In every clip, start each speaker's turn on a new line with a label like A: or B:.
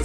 A: o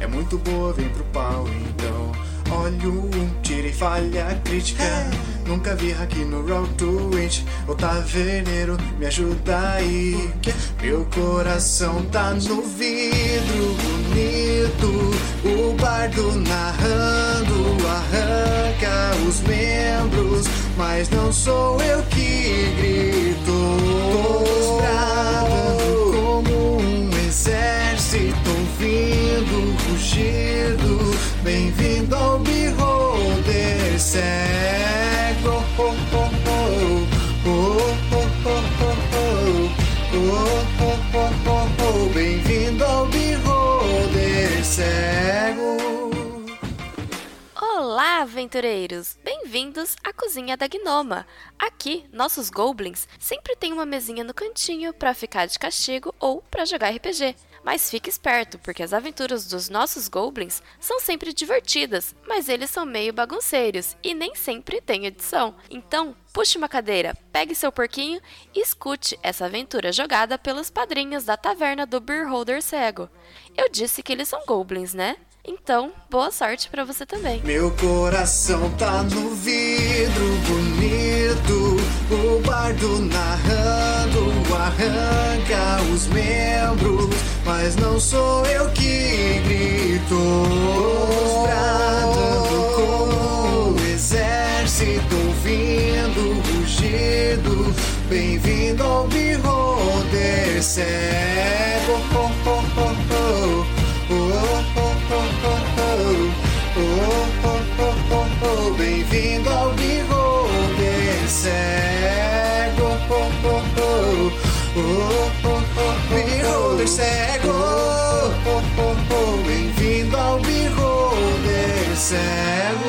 A: é muito boa, vem pro pau então. Olho um, tirei falha crítica. Nunca vi aqui no Road to It. O taverneiro, me ajuda aí. Meu coração tá no vidro bonito. O bardo narrando arranca os membros. Mas não sou eu que grito. Todos bradando como um exército ouvindo rugido. Bem-vindo ao Beholder Cego. Oh, oh, oh. Oh, oh, oh, oh, oh. Oh, oh, oh, oh, oh. Bem-vindo ao Beholder Cego.
B: Olá, aventureiros! Bem-vindos à cozinha da Gnoma. Aqui, nossos goblins sempre têm uma mesinha no cantinho pra ficar de castigo ou pra jogar RPG. Mas fique esperto, porque as aventuras dos nossos goblins são sempre divertidas, mas eles são meio bagunceiros e nem sempre têm edição. Então, puxe uma cadeira, pegue seu porquinho e escute essa aventura jogada pelos padrinhos da taverna do Beer Holder Cego. Eu disse que eles são goblins, né? Então, boa sorte pra você também.
A: Meu coração tá no vidro bonito. O bardo narrando arranca os membros, mas não sou eu que grito. Todos bradando como um exército ouvindo rugido. Bem-vindo ao Beholder Cego. Oh, oh, oh, oh. Oh, oh, oh, oh, oh. Oh, oh, oh, oh, oh. Bem-vindo ao Beholder Cego. Oh, oh, oh. Oh, oh, oh, Beholder Cego. Oh, oh, oh, oh. Bem-vindo ao Beholder Cego.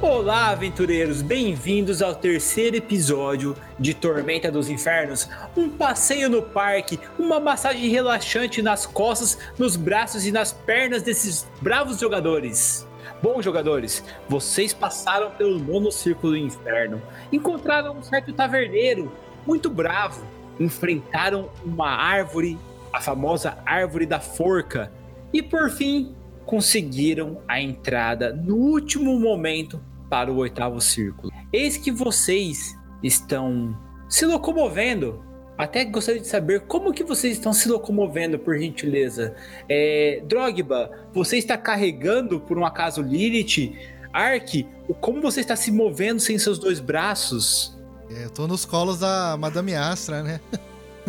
C: Olá, aventureiros! Bem-vindos ao terceiro episódio de Tormenta dos Infernos. Um passeio no parque, uma massagem relaxante nas costas, nos braços e nas pernas desses bravos jogadores. Bom, jogadores, vocês passaram pelo nono círculo do inferno, encontraram um certo taverneiro muito bravo, enfrentaram uma árvore, a famosa árvore da forca, e por fim conseguiram a entrada no último momento para o oitavo círculo. Eis que vocês estão se locomovendo. Até gostaria de saber como que vocês estão se locomovendo, por gentileza. É, Drogba, você está carregando por um acaso Lilith? Ark, como você está se movendo sem seus dois braços?
D: É, eu tô nos colos da Madame Astra, né?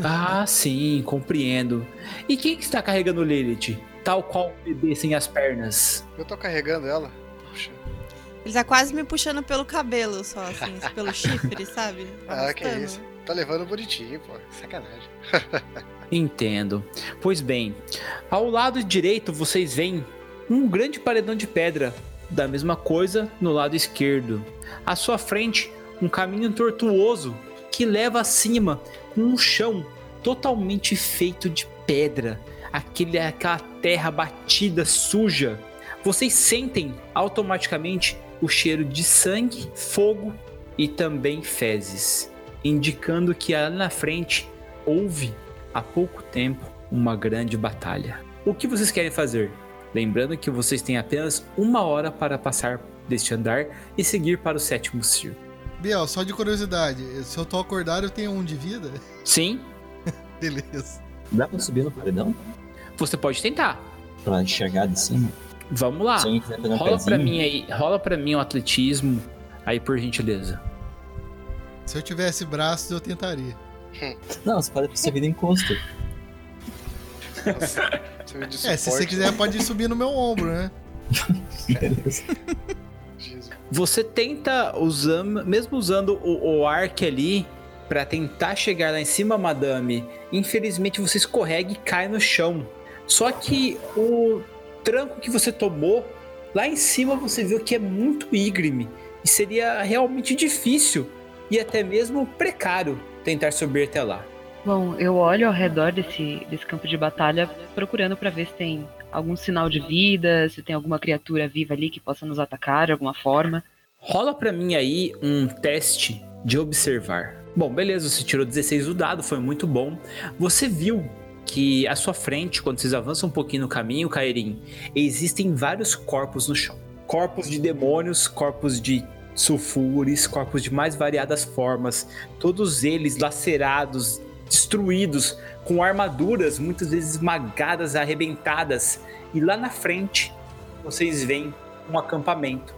C: Ah, sim, compreendo. E quem que está carregando Lilith? Tal qual um bebê sem as pernas.
E: Eu tô carregando ela. Poxa.
F: Ele tá quase me puxando pelo cabelo, só assim, pelo chifre, sabe?
E: Ah, que
F: Arrastando.
E: isso. Tá levando bonitinho, pô. Sacanagem.
C: Entendo. Pois bem, ao lado direito vocês veem um grande paredão de pedra. Da mesma coisa no lado esquerdo. À sua frente, um caminho tortuoso que leva acima com um chão totalmente feito de pedra. Aquele, aquela terra batida, suja. Vocês sentem automaticamente o cheiro de sangue, fogo e também fezes, indicando que lá na frente houve há pouco tempo uma grande batalha. O que vocês querem fazer? Lembrando que vocês têm apenas uma hora para passar deste andar e seguir para o sétimo círculo.
D: Biel, só de curiosidade, se eu tô acordado, eu tenho um de vida?
C: Sim,
D: Beleza.
G: Dá pra subir no paredão?
C: você pode tentar.
G: Pra enxergar de cima?
C: Vamos lá.
G: Se alguém quiser pegar um
C: Rola pra
G: pezinho,
C: mim aí, rola pra mim o atletismo aí por gentileza.
D: Se eu tivesse braços, eu tentaria.
E: Hum,
G: Não, você pode subir de encosto.
E: Nossa, você me
D: É, se você quiser, pode subir no meu ombro, né?
G: Beleza.
E: Jesus.
C: Você tenta usando, mesmo usando o, o arc ali pra tentar chegar lá em cima, madame. Infelizmente você escorrega e cai no chão. Só que o tranco que você tomou lá em cima você viu que é muito íngreme e seria realmente difícil e até mesmo precário tentar subir até lá.
H: Bom, eu olho ao redor desse, desse campo de batalha, procurando pra ver se tem algum sinal de vida, se tem alguma criatura viva ali que possa nos atacar de alguma forma.
C: Rola pra mim aí um teste de observar. Bom, beleza, você tirou 16 do dado, foi muito bom. Você viu que à sua frente, quando vocês avançam um pouquinho no caminho, Kairin, existem vários corpos no chão. Corpos de demônios, corpos de sulfures, corpos de mais variadas formas, todos eles lacerados, destruídos, com armaduras muitas vezes esmagadas, arrebentadas. E lá na frente, vocês veem um acampamento.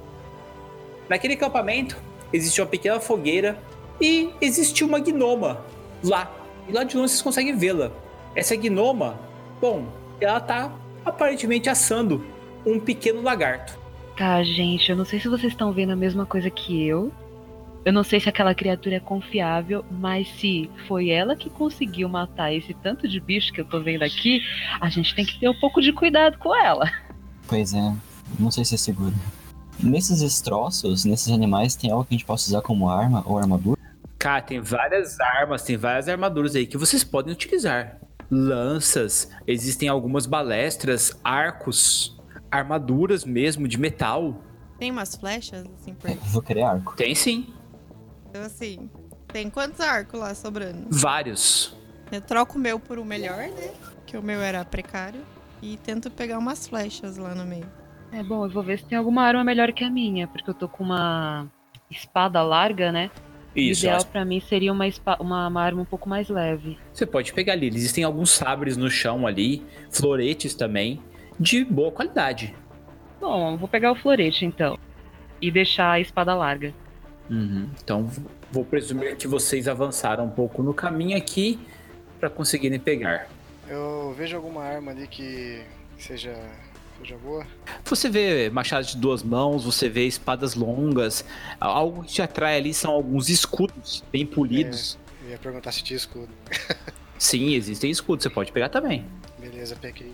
C: Naquele acampamento existe uma pequena fogueira e existe uma gnoma lá. E lá de longe vocês conseguem vê-la. Essa gnoma, bom, ela tá aparentemente assando um pequeno lagarto.
H: Tá, gente, eu não sei se vocês estão vendo a mesma coisa que eu. Eu não sei se aquela criatura é confiável, mas se foi ela que conseguiu matar esse tanto de bicho que eu tô vendo aqui, a gente tem que ter um pouco de cuidado com ela.
I: Pois é, não sei se é seguro. Nesses destroços, nesses animais, tem algo que a gente possa usar como arma ou armadura?
C: Cara, tem várias armas, tem várias armaduras aí que vocês podem utilizar. Lanças, existem algumas balestras, arcos, armaduras mesmo de metal.
F: Tem umas flechas, assim, por
I: É, eu vou querer arco.
C: Tem sim,
F: Então, assim, tem quantos arcos lá sobrando?
C: vários.
F: Eu troco o meu por o melhor, né? Que o meu era precário. E tento pegar umas flechas lá no meio.
H: É bom, eu vou ver se tem alguma arma melhor que a minha, porque eu tô com uma espada larga, né?
C: Isso,
H: o ideal
C: elas-
H: pra mim seria uma, espa- uma- uma arma um pouco mais leve.
C: você pode pegar ali. Existem alguns sabres no chão ali, floretes também, de boa qualidade.
H: Bom, eu vou pegar o florete então. E deixar a espada larga.
C: Então, vou presumir que vocês avançaram um pouco no caminho aqui para conseguirem pegar.
E: Eu vejo alguma arma ali que seja, seja boa.
C: Você vê machados de duas mãos, você vê espadas longas. Algo que te atrai ali são alguns escudos bem polidos.
E: É, Eu ia perguntar se tinha escudo.
C: Sim, existem escudos, você pode pegar também.
E: Beleza, peguei.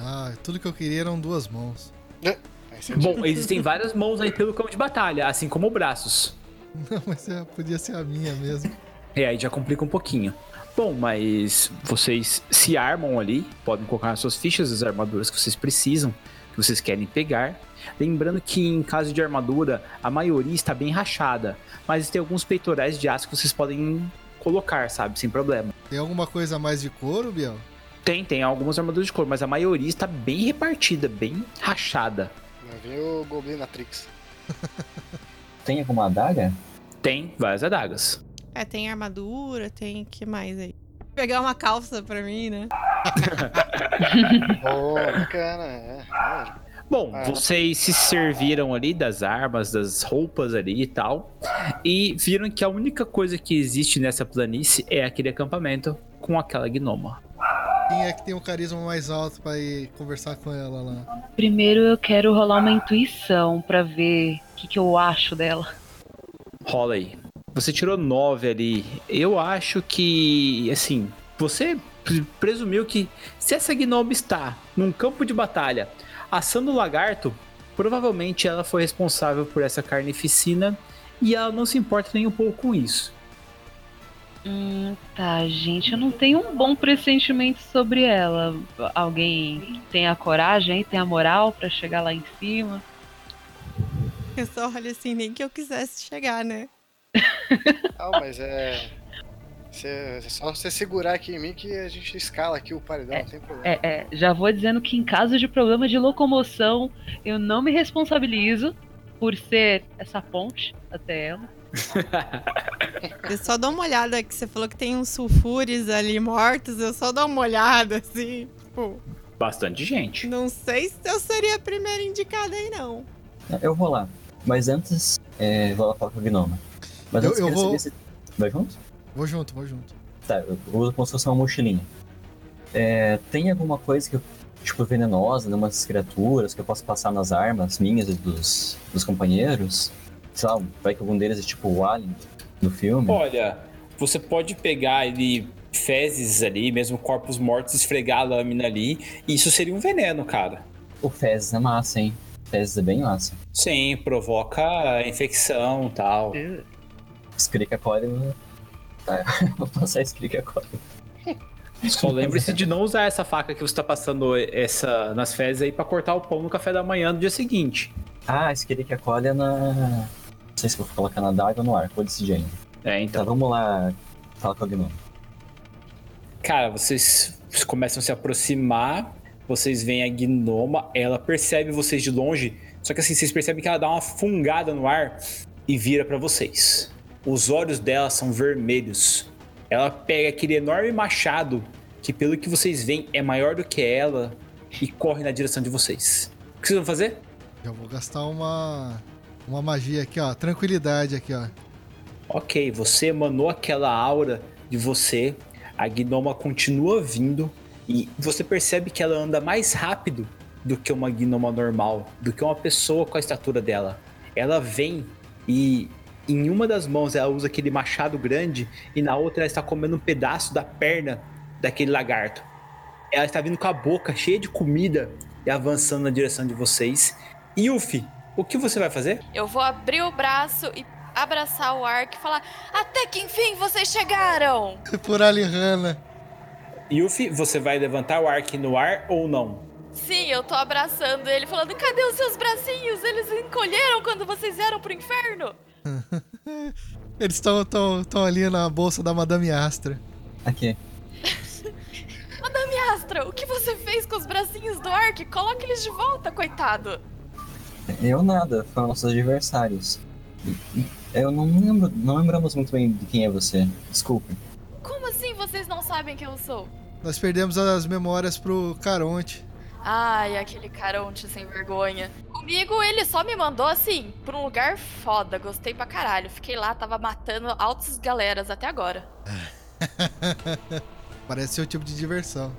D: Ah, tudo que eu queria eram duas mãos.
E: Né? Aí você
C: Bom, existem várias mãos aí pelo campo de batalha, assim como braços.
D: Não, mas é, podia ser a minha mesmo.
C: É, aí já complica um pouquinho. Bom, mas vocês se armam ali, podem colocar as suas fichas, as armaduras que vocês precisam, que vocês querem pegar. Lembrando que em caso de armadura, a maioria está bem rachada, mas tem alguns peitorais de aço que vocês podem colocar, sabe, sem problema.
D: Tem alguma coisa a mais de couro, Biel?
C: Tem, tem algumas armaduras de couro, mas a maioria está bem repartida, bem rachada.
E: Lá vem o Goblinatrix.
I: Tem alguma adaga?
C: Tem várias adagas.
F: É, tem armadura, tem que mais aí. Pegar uma calça pra mim, né?
E: Oh, bacana, é. maneiro.
C: Bom,
E: Ah.
C: vocês se serviram ali das armas, das roupas ali e tal, e viram que a única coisa que existe nessa planície é aquele acampamento com aquela gnoma.
D: Quem é que tem o carisma mais alto pra ir conversar com ela lá?
H: Primeiro eu quero rolar uma intuição pra ver o que, que eu acho dela.
C: Rola aí. Você tirou 9 ali. Eu acho que, assim, você pre- presumiu que se essa gnoma está num campo de batalha assando o lagarto, provavelmente ela foi responsável por essa carnificina e ela não se importa nem um pouco com isso.
H: Hum, tá, gente, eu não tenho um bom pressentimento sobre ela. Alguém tem a coragem, tem a moral pra chegar lá em cima?
F: Eu só olho assim, nem que eu quisesse chegar, né?
E: Ah, mas é. cê- é só você segurar aqui em mim que a gente escala aqui o paredão, não tem problema.
H: É, é, já vou dizendo que em caso de problema de locomoção, eu não me responsabilizo por ser essa ponte até ela.
F: Eu só dou uma olhada que você falou que tem uns sulfures ali mortos, eu só dou uma olhada assim. Tipo,
C: Bastante gente.
F: não sei se eu seria a primeira indicada aí, não.
I: Eu vou lá. Mas antes, é, vou lá falar com o Gnoma. Mas
D: Eu-
I: antes
D: eu
I: quero
D: vou-
I: saber se... Vai junto?
D: Vou junto, vou junto.
I: Tá, eu uso como se fosse uma mochilinha. É, tem alguma coisa que eu tipo, venenosa em umas criaturas que eu posso passar nas armas minhas e dos, dos companheiros? Sei lá, vai que algum deles é tipo o Alien do filme.
C: Olha, você pode pegar ali fezes ali, mesmo corpos mortos, esfregar a lâmina ali, e isso seria um veneno, cara.
I: O Fezes é massa, hein? Fezes é bem massa.
C: Sim, provoca infecção e tal.
I: Escrica core. eu- Tá, vou passar escrica core.
C: Só lembre-se de não usar essa faca que você tá passando essa nas fezes aí pra cortar o pão no café da manhã do dia seguinte.
I: Ah, escrica core é na. Não sei se eu vou colocar na daga ou no ar, vou decidir ainda.
C: É, então.
I: Tá, vamos lá. Fala com o Gnome.
C: Cara, vocês começam a se aproximar, vocês veem a gnoma, ela percebe vocês de longe, só que assim, vocês percebem que ela dá uma fungada no ar e vira pra vocês. Os olhos dela são vermelhos. Ela pega aquele enorme machado, que pelo que vocês veem é maior do que ela, e corre na direção de vocês. O que vocês vão fazer?
D: Já vou gastar uma. Uma magia aqui, ó. Tranquilidade aqui, ó.
C: Ok, você emanou aquela aura de você, a gnoma continua vindo e você percebe que ela anda mais rápido do que uma gnoma normal, do que uma pessoa com a estatura dela. Ela vem e em uma das mãos ela usa aquele machado grande e na outra ela está comendo um pedaço da perna daquele lagarto. Ela está vindo com a boca cheia de comida e avançando na direção de vocês. Yuffie, o que você vai fazer?
B: Eu vou abrir o braço e abraçar o arco e falar: Até que enfim vocês chegaram!
D: Por Alihana.
C: Yuffie, você vai levantar o arco no ar ou não?
B: Sim, eu tô abraçando ele, falando: Cadê os seus bracinhos? Eles encolheram quando vocês eram pro inferno!
D: Eles estão tão, tão ali na bolsa da Madame Astra.
I: Aqui.
B: Madame Astra, o que você fez com os bracinhos do Ark? Coloque eles de volta, coitado!
I: Eu nada, foram nossos adversários. Eu não lembro, não lembramos muito bem de quem é você. Desculpe.
B: Como assim vocês não sabem quem eu sou?
D: Nós perdemos as memórias pro Caronte.
B: Ai, aquele caronte sem vergonha. Comigo, ele só me mandou assim, pra um lugar foda. Gostei pra caralho. Fiquei lá, tava matando altas galeras até agora.
D: Parece seu tipo de diversão.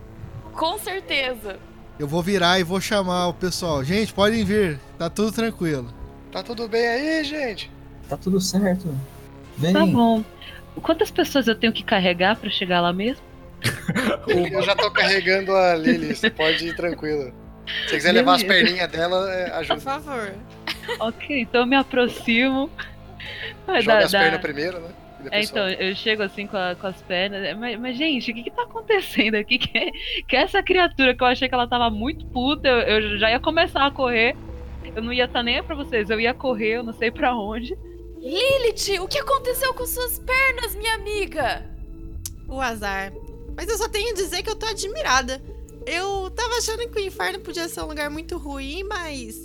B: Com certeza.
D: Eu vou virar e vou chamar o pessoal. Gente, podem vir. Tá tudo tranquilo.
E: Tá tudo bem aí, gente?
I: Tá tudo certo. Vem.
H: Tá bom. Quantas pessoas eu tenho que carregar pra chegar lá mesmo?
E: Eu já tô carregando a Lily, você pode ir tranquilo. Se você quiser levar as perninhas dela, é,
F: Por
E: ajuda.
F: favor.
H: Ok, então eu me aproximo. Vai
E: Joga
H: dar-
E: as
H: dar-
E: pernas primeiro, né? E
H: É,
E: depois
H: então, eu chego assim com, a- com as pernas. é, Mas, mas, gente, o que que tá acontecendo aqui? Que, é- que é essa criatura que eu achei que ela tava muito puta, eu, eu já ia começar a correr. Eu não ia estar nem aí pra vocês, eu ia correr, eu não sei pra onde.
B: Lilith, o que aconteceu com suas pernas, minha amiga?
F: O azar. Mas eu só tenho a dizer que eu tô admirada. Eu tava achando que o inferno podia ser um lugar muito ruim, mas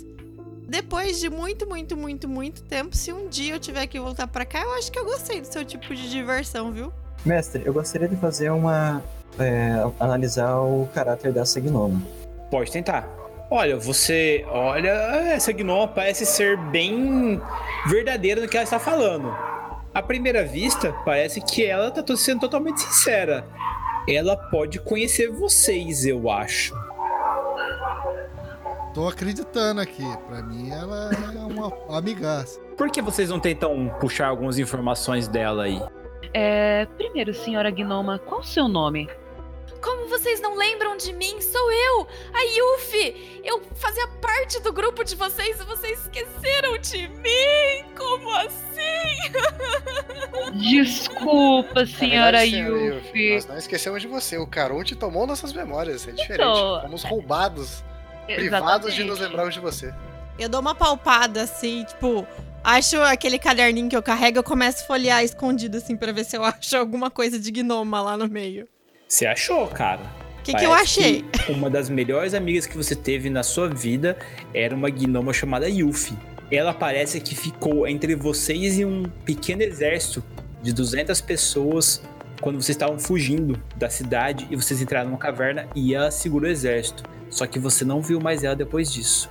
F: depois de muito, muito, muito, muito tempo, se um dia eu tiver que voltar pra cá, eu acho que eu gostei do seu tipo de diversão, viu?
I: Mestre, eu gostaria de fazer uma. é, analisar o caráter dessa gnoma.
C: Pode tentar. Olha, você olha, essa gnoma parece ser bem verdadeira no que ela está falando. À primeira vista, parece que ela está sendo totalmente sincera. Ela pode conhecer vocês, eu acho.
D: Tô acreditando aqui. Pra mim, ela é uma amigaça.
C: Por que vocês não tentam puxar algumas informações dela aí?
H: É, primeiro, senhora Gnoma, qual o seu nome?
B: Como vocês não lembram de mim? Sou eu, a Yuffie! Eu fazia parte do grupo de vocês e vocês esqueceram de mim! Como assim?
H: Desculpa,
E: Na
H: senhora
E: verdade, senhora Yuffie,
H: Yuffie.
E: Nós não esquecemos de você. O Caronte tomou nossas memórias. É diferente.
H: Então, é,
E: Fomos roubados, privados de nos lembrarmos de você.
F: Eu dou uma palpada assim, tipo, acho aquele caderninho que eu carrego, eu começo a folhear escondido assim pra ver se eu acho alguma coisa de gnoma lá no meio.
C: Você achou, cara?
F: O que, que eu
C: Parece
F: achei?
C: que uma das melhores amigas que você teve na sua vida era uma gnoma chamada Yuffie. Ela parece que ficou entre vocês e um pequeno exército de 200 pessoas quando vocês estavam fugindo da cidade e vocês entraram numa caverna e ela segurou o exército. Só que você não viu mais ela depois disso.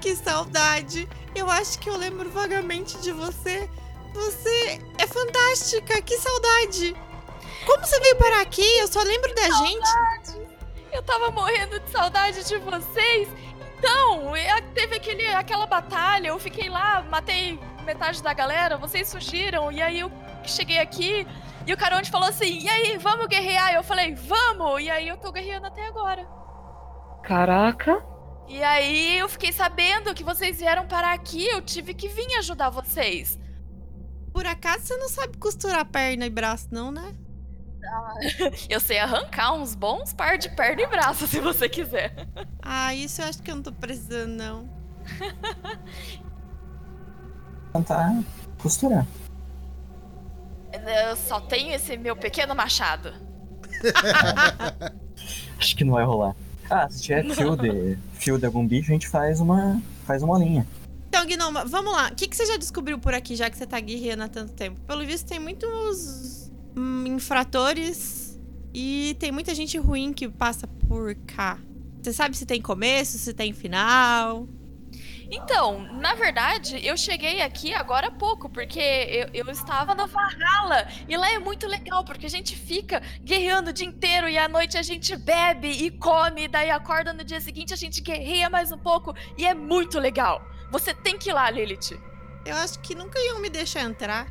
F: Que saudade! Eu acho que eu lembro vagamente de você. Você é fantástica! Que saudade! Como você veio parar aqui? Eu só lembro da gente.
B: Eu tava morrendo de saudade de vocês. Então, é- teve aquele, aquela batalha, eu fiquei lá, matei metade da galera, vocês fugiram, e aí eu cheguei aqui e o Caronte falou assim: e aí, vamos guerrear? Eu falei: vamos! E aí eu tô guerreando até agora.
H: Caraca.
B: E aí eu fiquei sabendo que vocês vieram parar aqui, eu tive que vir ajudar vocês.
F: Por acaso você não sabe costurar perna e braço, não, né?
B: Ah, Eu sei arrancar uns bons par de perna e braço se você quiser.
F: Ah, isso eu acho que eu não tô precisando, não.
G: Tentar costurar.
B: Eu só tenho esse meu pequeno machado.
G: Acho que não vai rolar. Ah, se tiver fio de, fio de algum bicho, a gente faz uma, faz uma linha.
F: Então, Gnoma, vamos lá. O que, que você já descobriu por aqui, já que você tá guerreando há tanto tempo? Pelo visto, tem muitos hum, infratores e tem muita gente ruim que passa por cá. Você sabe se tem começo, se tem final?
B: Então, na verdade, eu cheguei aqui agora há pouco, porque eu, eu estava na Valhalla. E lá é muito legal, porque a gente fica guerreando o dia inteiro e à noite a gente bebe e come, e daí acorda no dia seguinte, a gente guerreia mais um pouco e é muito legal. Você tem que ir lá, Lilith.
F: Eu acho que nunca iam me deixar entrar.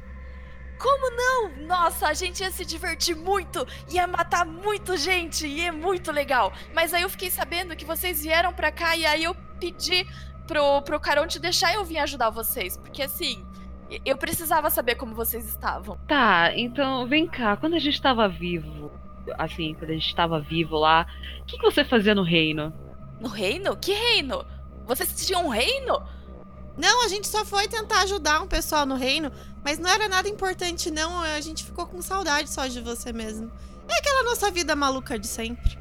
B: Como não? Nossa, a gente ia se divertir muito, ia matar muito gente e é muito legal. Mas aí eu fiquei sabendo que vocês vieram pra cá e aí eu pedi pro, pro Caronte deixar eu vir ajudar vocês, porque assim, e- eu precisava saber como vocês estavam.
H: Tá, então vem cá. Quando a gente tava vivo, assim, quando a gente tava vivo lá, o que, que você fazia no reino?
B: No reino? Que reino? Vocês tinham um reino?
F: Não, a gente só foi tentar ajudar um pessoal no reino, mas não era nada importante, não. A gente ficou com saudade só de você mesmo. É aquela nossa vida maluca de sempre.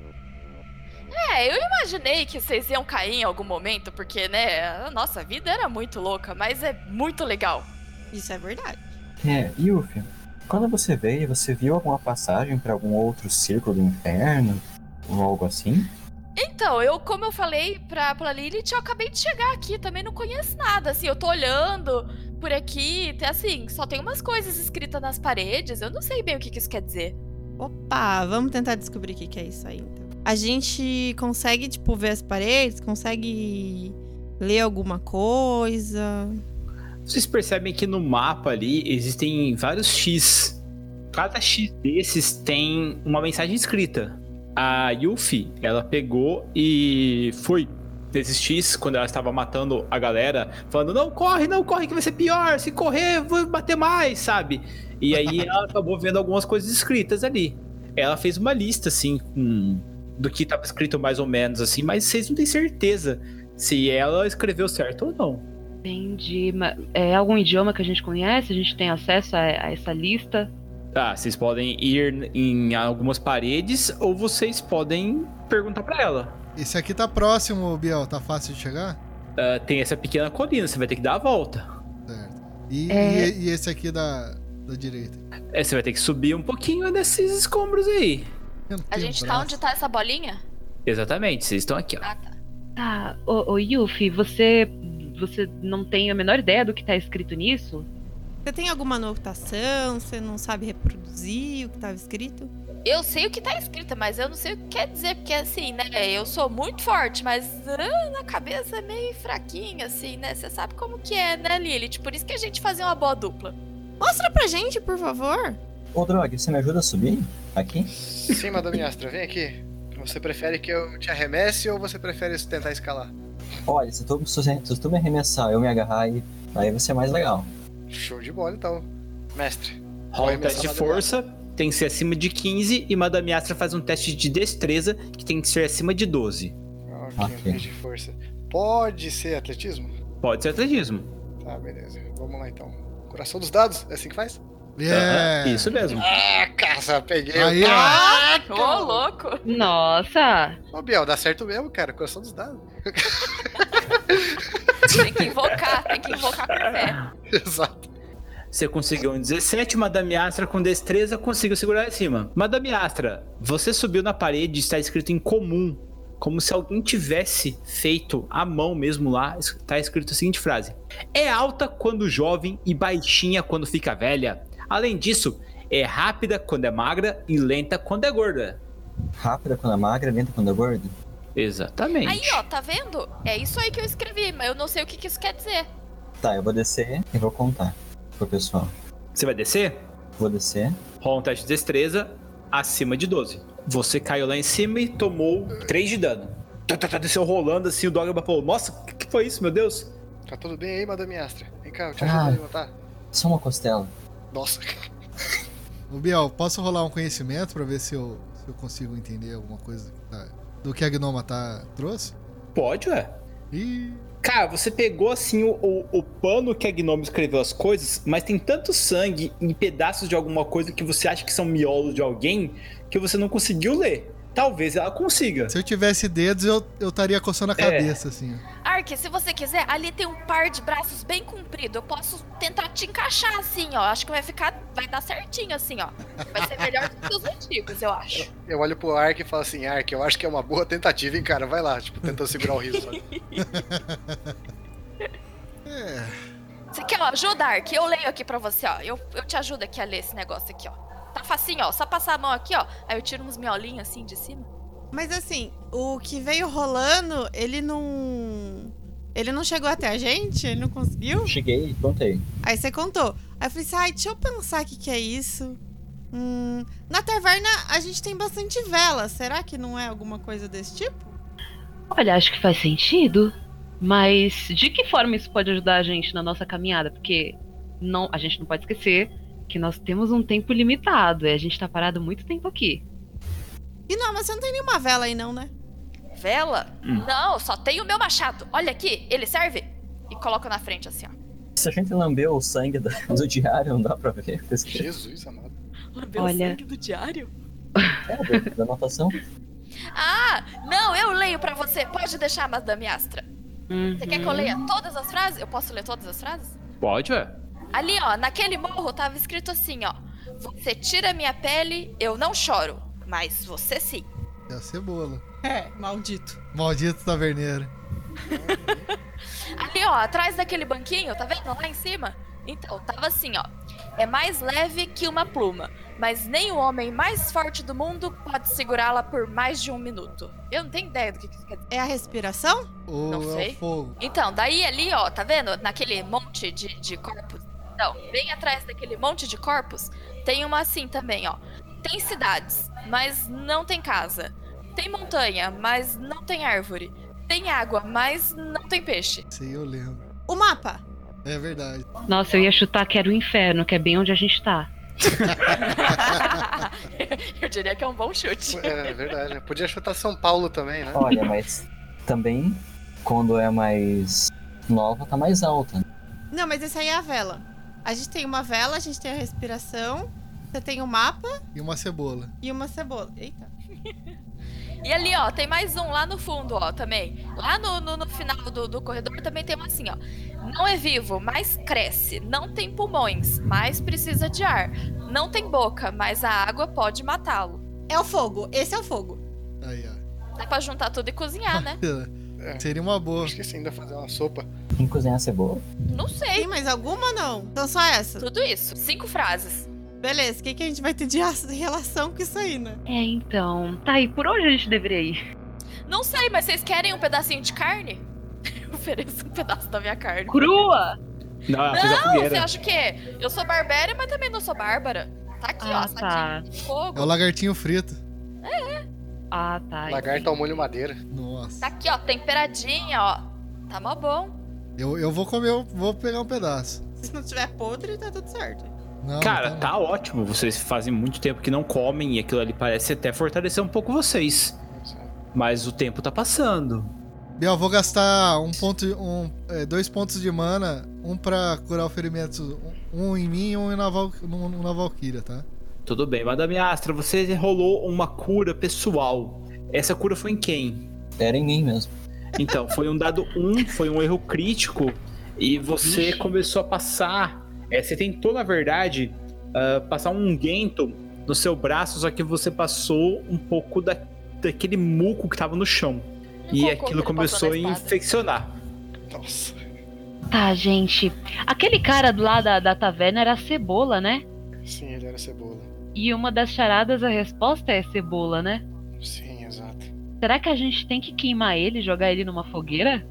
B: É, eu imaginei que vocês iam cair em algum momento, porque, né, a nossa vida era muito louca, mas é muito legal.
F: Isso é verdade.
G: É, e Ufi, quando você veio, você viu alguma passagem pra algum outro círculo do inferno? Ou algo assim?
B: Então, eu, como eu falei pra, pra Lilith, eu acabei de chegar aqui, também não conheço nada, assim, eu tô olhando por aqui, tem, assim, só tem umas coisas escritas nas paredes, eu não sei bem o que, que isso quer dizer.
F: Opa, vamos tentar descobrir o que, que é isso aí, então. A gente consegue, tipo, ver as paredes? Consegue ler alguma coisa?
C: Vocês percebem que no mapa ali existem vários X. Cada X desses tem uma mensagem escrita. A Yuffie, ela pegou e foi nesses X quando ela estava matando a galera, falando: não corre, não corre, que vai ser pior. Se correr, vou bater mais, sabe? E aí ela acabou vendo algumas coisas escritas ali. Ela fez uma lista, assim, com- do que estava escrito mais ou menos, assim, mas vocês não têm certeza se ela escreveu certo ou não.
H: Entendi. ma- É algum idioma que a gente conhece? A gente tem acesso a, a essa lista?
C: Tá, vocês podem ir em algumas paredes ou vocês podem perguntar pra ela.
D: Esse aqui tá próximo, Biel. Tá fácil de chegar?
C: Ah, tem essa pequena colina, você vai ter que dar a volta.
D: Certo. E,
H: É.
D: e- e esse aqui da, da direita?
C: É, você vai ter que subir um pouquinho nesses escombros aí.
D: Eu não
B: A
D: tenho
B: gente tá
D: braço.
B: onde tá essa bolinha?
C: Exatamente, vocês estão aqui, ó.
B: Ah, tá.
H: Tá, ô, ô Yuffie, você. Você não tem a menor ideia do que tá escrito nisso?
F: Você tem alguma anotação? Você não sabe reproduzir o que estava escrito?
B: Eu sei o que tá escrito, mas eu não sei o que quer dizer, porque assim, né, eu sou muito forte, mas ah, na cabeça é meio fraquinha, assim, né, você sabe como que é, né, Lilith? Por isso que a gente fazia uma boa dupla.
F: Mostra pra gente, por favor.
G: Ô, Drog, você me ajuda a subir? Aqui?
E: Sim, Madame Astra, vem aqui. Você prefere que eu te arremesse ou você prefere tentar escalar?
G: Olha, se tu, se tu me arremessar, eu me agarrar, aí, aí vai ser mais legal.
E: Show de bola, então. Mestre.
C: Rola
E: Vai
C: um teste de
E: começar a madrugada.
C: força, tem que ser acima de 15 e Madame Astra faz um teste de destreza que tem que ser acima de 12.
E: Ah, Ok,
G: Ok.
E: um teste de força. Pode ser atletismo?
C: Pode ser atletismo.
E: Tá, beleza. Vamos lá então. Coração dos dados, é assim que faz?
D: Yeah.
C: Ah, isso mesmo.
E: Ah, caça, peguei. Ah!
D: Aí, ó.
E: Caraca,
B: Ô,
E: mano.
B: louco!
H: Nossa!
E: Ô, Biel, dá certo mesmo, cara. Coração dos dados.
B: Tem que invocar, tem que invocar com fé.
E: Exato.
C: Você conseguiu um 17, Madame Astra com destreza conseguiu segurar em cima. Madame Astra, você subiu na parede, está escrito em comum, como se alguém tivesse feito à mão mesmo lá, está escrito a seguinte frase: É alta quando jovem e baixinha quando fica velha. Além disso, é rápida quando é magra e lenta quando é gorda.
I: Rápida quando é magra, lenta quando é gorda?
C: Exatamente.
B: Aí, ó, tá vendo? É isso aí que eu escrevi, mas eu não sei o que, que isso quer dizer.
I: Tá, eu vou descer e vou contar pro pessoal.
C: Você vai descer?
I: Vou descer.
C: Rola um teste de destreza acima de 12. Você caiu lá em cima e tomou 3 de dano. Tá, tá, tá, Desceu rolando assim, o Dogma falou: Nossa, o que, que foi isso, meu Deus?
E: Tá tudo bem aí, Madame Astra? Vem cá, eu te ajudo a
I: Ah.
E: levantar.
I: Só uma costela.
E: Nossa,
D: Ô, Biel, posso rolar um conhecimento pra ver se eu, se eu consigo entender alguma coisa que tá- do que a Gnoma tá, trouxe?
C: Pode, ué.
D: Ih,
C: Cara, você pegou assim o, o, o pano que a Gnome escreveu as coisas, mas tem tanto sangue e pedaços de alguma coisa que você acha que são miolos de alguém que você não conseguiu ler. Talvez ela consiga.
D: se eu tivesse dedos, eu eu estaria coçando a cabeça, assim. ó.
B: Ark, se você quiser, ali tem um par de braços bem comprido. Eu posso tentar te encaixar assim, ó. Acho que vai ficar. Vai dar certinho assim, ó. Vai ser melhor do que os antigos, eu acho.
E: eu olho pro Ark e falo assim, Ark, eu acho que é uma boa tentativa, hein, cara? Vai lá, tipo, tentando segurar o riso. sabe?
B: Você quer ó, ajuda, Ark? Eu leio aqui pra você, ó. Eu, eu te ajudo aqui a ler esse negócio aqui, ó. Tá facinho, ó. Só passar a mão aqui, ó. Aí eu tiro uns miolinhos assim de cima.
F: Mas assim, o que veio rolando, ele não. Ele não chegou até a gente? Ele não conseguiu?
I: Cheguei e contei.
F: Aí você contou. Aí eu falei assim: ai, deixa eu pensar o que, que é isso. Hum, na taverna a gente tem bastante vela. Será que não é alguma coisa desse tipo?
H: Olha, acho que faz sentido. Mas de que forma isso pode ajudar a gente na nossa caminhada? Porque não, a gente não pode esquecer que nós temos um tempo limitado e a gente tá parado muito tempo aqui.
F: E não, mas você não tem nenhuma vela aí, não, né?
B: Vela? Não, só tem o meu machado. Olha aqui, ele serve? E coloco na frente assim, ó.
I: Se a gente lambeu o sangue da- do diário, não dá pra ver. porque esse-
E: Jesus amado.
B: Lambeu
H: o Olha. sangue
B: do diário?
I: É, da- da anotação.
B: Ah, não, eu leio pra você. Pode deixar, Madame Astra. Você quer que eu
C: Uhum.
B: leia todas as frases? Eu posso ler todas as frases?
C: Pode, ué.
B: Ali, ó, naquele morro tava escrito assim, ó. Você tira minha pele, eu não choro. Mas você sim.
D: É a cebola.
F: É, maldito.
D: Maldito taverneiro.
B: Ali, ó, atrás daquele banquinho, tá vendo? Lá em cima? Então, tava assim, ó. É mais leve que uma pluma, mas nem o homem mais forte do mundo pode segurá-la por mais de um minuto. Eu não tenho ideia do que que isso quer dizer.
F: É a respiração?
D: Ou
B: Não
D: é
B: sei.
D: o fogo?
B: Então, daí ali, ó, tá vendo? Naquele monte de, de corpos. Então, bem atrás daquele monte de corpos, tem uma assim também, ó. Tem cidades, mas não tem casa. Tem montanha, mas não tem árvore. Tem água, mas não tem peixe.
D: Isso aí eu lembro.
F: O mapa.
D: É verdade.
H: Nossa, eu ia chutar que era o inferno, que é bem onde a gente tá.
B: Eu diria que é um bom chute.
E: É verdade, né? Podia chutar São Paulo também, né?
I: Olha, mas também quando é mais nova, tá mais alta.
F: Não, mas essa aí é a vela. A gente tem uma vela, a gente tem a respiração, você tem o mapa
D: E uma cebola.
F: e uma cebola. Eita.
B: E ali, ó, tem mais um lá no fundo, ó, também. Lá no, no, no final do, do corredor também tem um assim, ó. Não é vivo, mas cresce. Não tem pulmões, mas precisa de ar. Não tem boca, mas a água pode matá-lo.
F: É o fogo. Esse é o fogo.
D: Aí, ó.
B: Dá pra juntar tudo e cozinhar, né?
E: É.
D: Seria uma boa.
E: Esqueci ainda de fazer uma sopa.
I: Tem que cozinhar a cebola.
B: Não sei.
F: Tem mais alguma ou não? Então só essa.
B: Tudo isso. Cinco frases.
F: Beleza, o que, que a gente vai ter de aça- relação com isso aí, né?
H: É, então. Tá, e por onde a gente deveria ir?
B: Não sei, mas vocês querem um pedacinho de carne? Eu ofereço um pedaço da minha carne.
H: Crua!
C: Não, ela fez Ah, a
B: Não, você
C: fogueira.
B: acha o quê? Eu sou barbéria, mas também não sou bárbara. Tá aqui, ó,
H: Ah,
B: assadinho
H: tá.
B: de
D: É o
B: fogo.
D: lagartinho frito.
H: Ah, tá.
E: Lagarto ao molho madeira.
B: É. Tá
D: Nossa.
B: aqui, ó, temperadinha, ó. Tá mó bom.
D: Eu, eu vou comer, eu vou pegar um pedaço.
F: Se não tiver podre, tá tudo certo.
D: Não,
C: Cara,
D: não
C: tá ótimo. Vocês fazem muito tempo que não comem e aquilo ali parece até fortalecer um pouco vocês. Mas o tempo tá passando.
D: não. Biel, eu vou gastar um ponto, um, é, dois pontos de mana, um pra curar o ferimento, um, um em mim e um na, Val, um, um na Valkyria, tá?
C: Tudo bem, Madame Astra, você rolou uma cura pessoal. Essa cura foi em quem?
I: Era em mim mesmo.
C: Então, foi um dado 1, foi um erro crítico e você começou a passar. é, você tentou, na verdade, ah, passar um guento no seu braço, só que você passou um pouco da, daquele muco que tava no chão.
B: Um
C: e
B: cocô que
C: aquilo
B: ele passou
C: começou a
B: na espada.
C: infeccionar.
E: Nossa.
H: Tá, gente. Aquele cara lá da, da taverna era a cebola, né?
E: Sim, ele era cebola.
H: E uma das charadas, a resposta é cebola, né?
E: Sim, exato.
H: Será que a gente tem que queimar ele, jogar ele numa fogueira?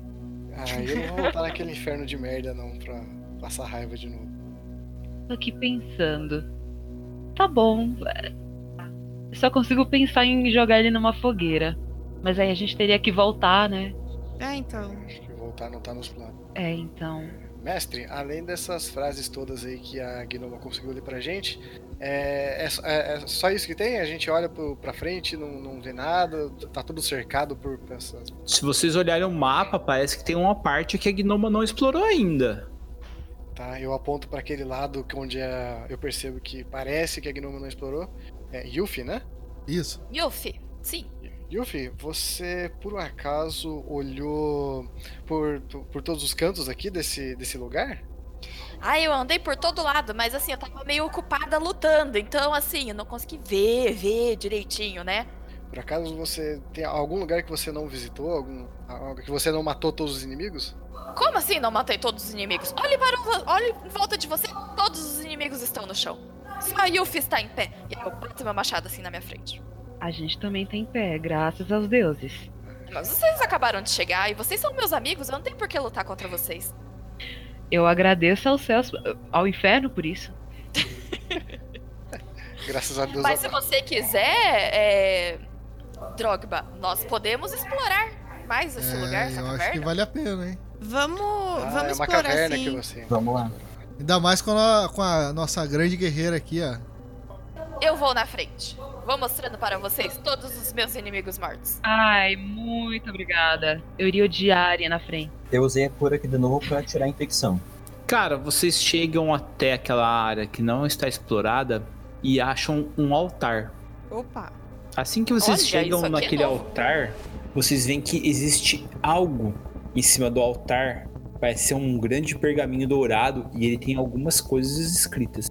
E: Ah, eu não vou voltar naquele inferno de merda não pra passar raiva de novo.
H: Tô aqui pensando. Tá bom. Eu só consigo pensar em jogar ele numa fogueira. Mas aí a gente teria que voltar, né?
F: É, então.
E: Acho que voltar não tá nos planos.
H: É, então.
E: Mestre, além dessas frases todas aí que a Gnoma conseguiu ler pra gente, é, é só- é- é só isso que tem? A gente olha pro, pra frente, não, não vê nada, tá tudo cercado por essas.
C: Se vocês olharem o mapa, parece que tem uma parte que a Gnoma não explorou ainda.
E: Tá, eu aponto pra aquele lado que onde a- eu percebo que parece que a Gnoma não explorou. É Yuffie, né?
D: Isso.
B: Yuffie, sim.
E: Yuffie, você por um acaso olhou por, por todos os cantos aqui desse, desse lugar?
B: Ai, Ah, eu andei por todo lado, mas assim, eu tava meio ocupada lutando. Então, assim, eu não consegui ver, ver direitinho, né?
E: Por acaso você tem algum lugar que você não visitou? Algum, algo que você não matou todos os inimigos?
B: Como assim não matei todos os inimigos? Olhe para o, vo- olhe em volta de você, todos os inimigos estão no chão. Só a Yuffie está em pé. E aí eu bato meu machado assim na minha frente.
H: A gente também tá em pé, graças aos deuses.
B: Mas vocês acabaram de chegar e vocês são meus amigos, eu não tenho por que lutar contra vocês.
H: Eu agradeço aos céus, ao inferno por isso.
E: Graças a Deus.
B: Mas se
E: agora.
B: você quiser, é... Drogba, nós podemos explorar mais esse lugar,
D: É,
B: essa
D: eu acho que
B: caverna.
D: vale a pena, hein?
F: Vamos,
E: Ah,
F: vamos
E: é uma
F: explorar
E: caverna
F: assim.
E: que você.
I: Vamos lá.
D: Ainda mais com a, com a nossa grande guerreira aqui, ó.
B: Eu vou na frente. Vou mostrando para vocês todos os meus inimigos mortos.
H: Ai, muito obrigada. Eu iria odiar a Arya na frente.
I: Eu usei a cura aqui de novo pra tirar a infecção.
C: Cara, vocês chegam até aquela área que não está explorada e acham um altar.
F: Opa.
C: Assim que vocês
B: Olha,
C: chegam
B: isso aqui é
C: naquele
B: novo.
C: altar, vocês veem que existe algo em cima do altar. Parece ser um grande pergaminho dourado e ele tem algumas coisas escritas.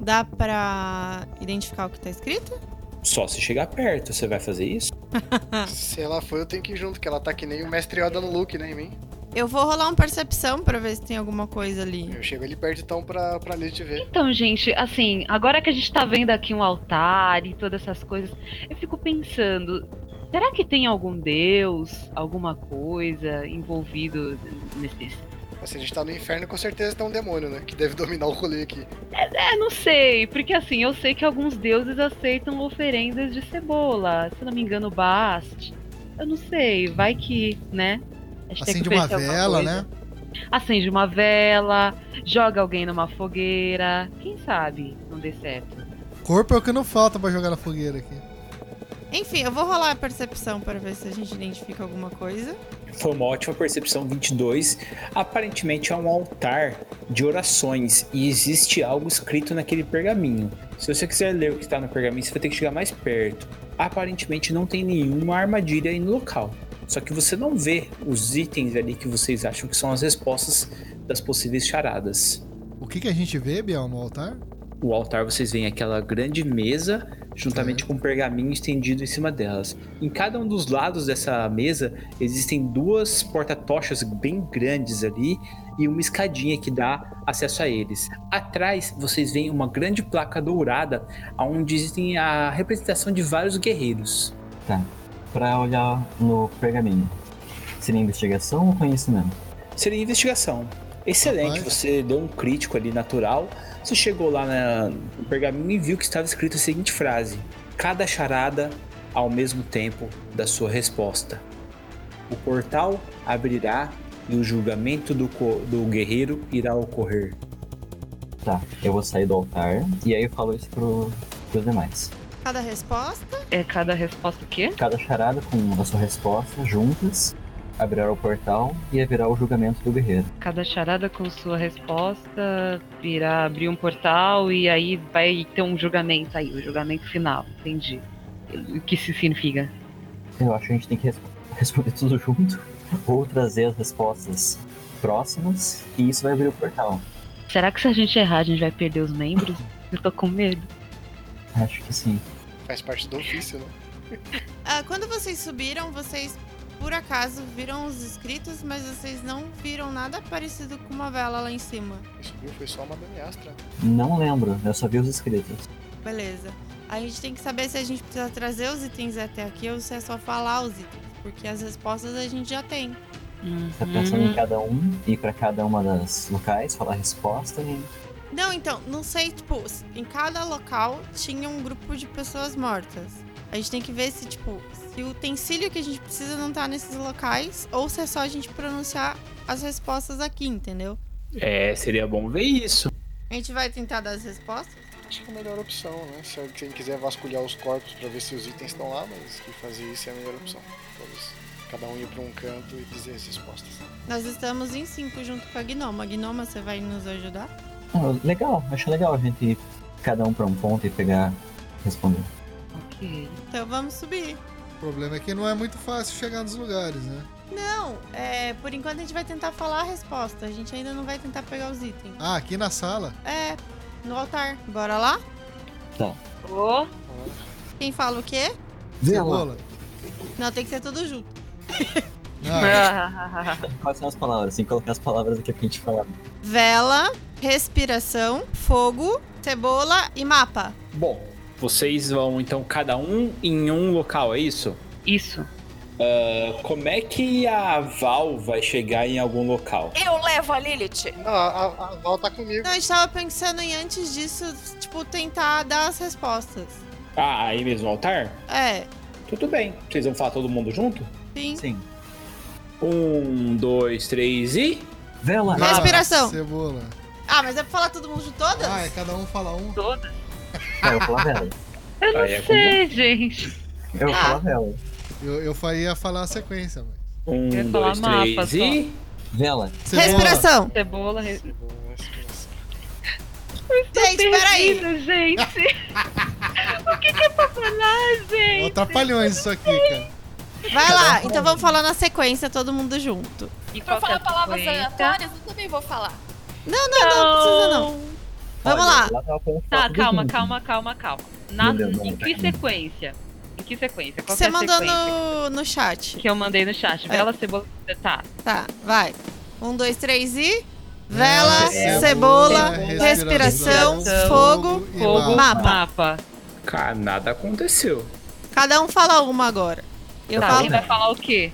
F: Dá pra identificar o que tá escrito?
C: Só se chegar perto, você vai fazer isso?
E: Se ela for, eu tenho que ir junto, que ela tá que nem o mestre Yoda no Luke, né, em mim.
F: Eu vou rolar um percepção pra ver se tem alguma coisa ali.
E: Eu chego ali perto então pra, pra ali te ver.
H: Então, gente, assim, agora que a gente tá vendo aqui um altar e todas essas coisas, eu fico pensando, será que tem algum deus, alguma coisa envolvido nesses?
E: Mas se a gente tá no inferno, com certeza tem um demônio, né? Que deve dominar o rolê aqui.
H: É, não sei, porque assim, eu sei que alguns deuses aceitam oferendas de cebola, se não me engano, Bast. Eu não sei, vai que, né? A gente tem que
D: Acende uma
H: oferecer alguma
D: vela,
H: coisa.
D: né?
H: Acende uma vela, joga alguém numa fogueira, quem sabe não dê certo.
D: Corpo é o que não falta pra jogar na fogueira aqui.
F: Enfim, eu vou rolar a percepção pra ver se a gente identifica alguma coisa.
C: Foi uma ótima percepção 22. Aparentemente é um altar de orações e existe algo escrito naquele pergaminho. Se você quiser ler o que está no pergaminho, você vai ter que chegar mais perto. Aparentemente não tem nenhuma armadilha aí no local. Só que você não vê os itens ali que vocês acham que são as respostas das possíveis charadas.
D: O que, que a gente vê, Biel, no altar?
C: O altar vocês veem aquela grande mesa juntamente com um pergaminho estendido em cima delas. Em cada um dos lados dessa mesa existem duas porta-tochas bem grandes ali e uma escadinha que dá acesso a eles. Atrás vocês veem uma grande placa dourada onde existem a representação de vários guerreiros.
I: Tá. Pra olhar no pergaminho. Seria investigação ou conhecimento?
C: Seria investigação. Excelente,
D: Rapaz.
C: você deu um crítico ali natural. Você chegou lá na- no pergaminho e viu que estava escrito a seguinte frase: Cada charada ao mesmo tempo da sua resposta. O portal abrirá e o julgamento do, co- do guerreiro irá ocorrer.
I: Tá, eu vou sair do altar e aí eu falo isso pro, pros demais.
F: Cada resposta.
H: É cada resposta o quê?
I: Cada charada com a sua resposta juntas abrirá o portal e haverá o julgamento do guerreiro.
H: Cada charada com sua resposta virá abrir um portal e aí vai ter um julgamento aí, o julgamento final, entendi. O que isso significa?
I: Eu acho que a gente tem que resp- responder tudo junto ou trazer as respostas próximas e isso vai abrir o portal.
H: Será que se a gente errar a gente vai perder os membros? Eu tô com medo.
I: Acho que sim.
E: Faz parte do ofício, né?
F: Ah, quando vocês subiram, vocês por acaso viram os escritos, mas vocês não viram nada parecido com uma vela lá em cima.
E: Isso viu? Foi só uma damiastra.
I: Não lembro, eu só vi os escritos.
F: Beleza. A gente tem que saber se a gente precisa trazer os itens até aqui ou se é só falar os itens. Porque as respostas a gente já tem.
I: Tá pensando
F: Hum.
I: em cada um, ir pra cada uma das locais, falar a resposta e.
F: Não, então, não sei, tipo, s- em cada local tinha um grupo de pessoas mortas. A gente tem que ver se, tipo, se o utensílio que a gente precisa não tá nesses locais ou se é só a gente pronunciar as respostas aqui, entendeu?
C: É, seria bom ver isso.
F: A gente vai tentar dar as respostas?
E: Acho que é a melhor opção, né? Se alguém quiser vasculhar os corpos pra ver se os itens estão lá, mas que fazer isso é a melhor opção. Talvez cada um ir pra um canto e dizer as respostas.
F: Nós estamos em cinco junto com a Gnoma. Gnoma, você vai nos ajudar?
I: Ah, legal, acho legal a gente ir cada um pra um ponto e pegar, responder.
H: Ok.
F: Então vamos subir.
D: O problema é que não é muito fácil chegar nos lugares, né?
F: Não, é, por enquanto a gente vai tentar falar a resposta. A gente ainda não vai tentar pegar os itens.
D: Ah, aqui na sala.
F: É, no altar. Bora lá?
H: Ô,
F: Quem fala o quê?
D: Cebola.
F: Não, tem que ser tudo junto.
D: Ah,
I: Quais são as palavras? Tem que colocar as palavras aqui pra gente falar.
F: Vela, respiração, fogo, cebola e mapa.
C: Bom, vocês vão então cada um em um local, é isso?
H: Isso.
C: Como é que a Val vai chegar em algum local?
B: Eu levo a Lilith.
E: Não, a, a- a Val tá comigo.
F: Não, a gente tava pensando em antes disso, tipo, tentar dar as respostas.
C: Ah, aí mesmo, no altar?
F: É,
C: Tudo bem. Vocês vão falar todo mundo junto?
F: sim.
I: Sim.
C: Um, dois, três e.
I: Vela!
D: Vela,
F: Respiração.
D: Cebola.
F: Ah, mas é pra falar todo mundo de todas?
D: Ah, é cada um fala um.
H: Todas?
I: Ah, eu vou falar vela.
H: Eu não
C: Aí é com
H: sei, gente.
I: Eu vou falar vela.
D: Eu, eu faria falar a sequência, mas.
C: Um,
H: Eu ia
C: dois,
H: falar
C: três
H: mapa só.
C: e.
I: Vela.
D: Cebola.
F: Respiração.
H: Cebola. re-
E: Boa respiração.
F: Gente, peraí.
H: Perdida, gente. o que, que é pra falar,
D: Ó,
H: gente?
D: Atrapalhões isso aqui, cara.
F: Vai
E: um
F: lá. Então vamos falar na sequência, todo mundo junto.
H: E
B: Pra
H: qual
B: falar
H: que é a
B: palavras
H: sequência?
B: aleatórias, eu também vou falar.
F: Não, não, não, não precisa não. Vamos lá.
H: Tá, calma, calma, calma, calma. Na,
I: Meu Deus,
H: em
I: não, tá
H: que
I: aqui.
H: sequência? Em que sequência? Qual
F: Você
H: que é a
F: mandou
H: sequência?
F: no, no chat. É.
H: Que eu mandei no chat. Vela, cebola. Tá.
F: Tá, vai. Um, dois, três e. Vela,
D: Vela,
F: É, cebola,
D: cebola,
F: respiração,
H: respiração,
F: fogo.
D: e
H: Fogo, mapa.
D: mapa.
F: mapa.
C: Cara, nada aconteceu.
F: Cada um fala uma agora. Eu
H: tá,
F: falo.
H: quem vai falar o quê?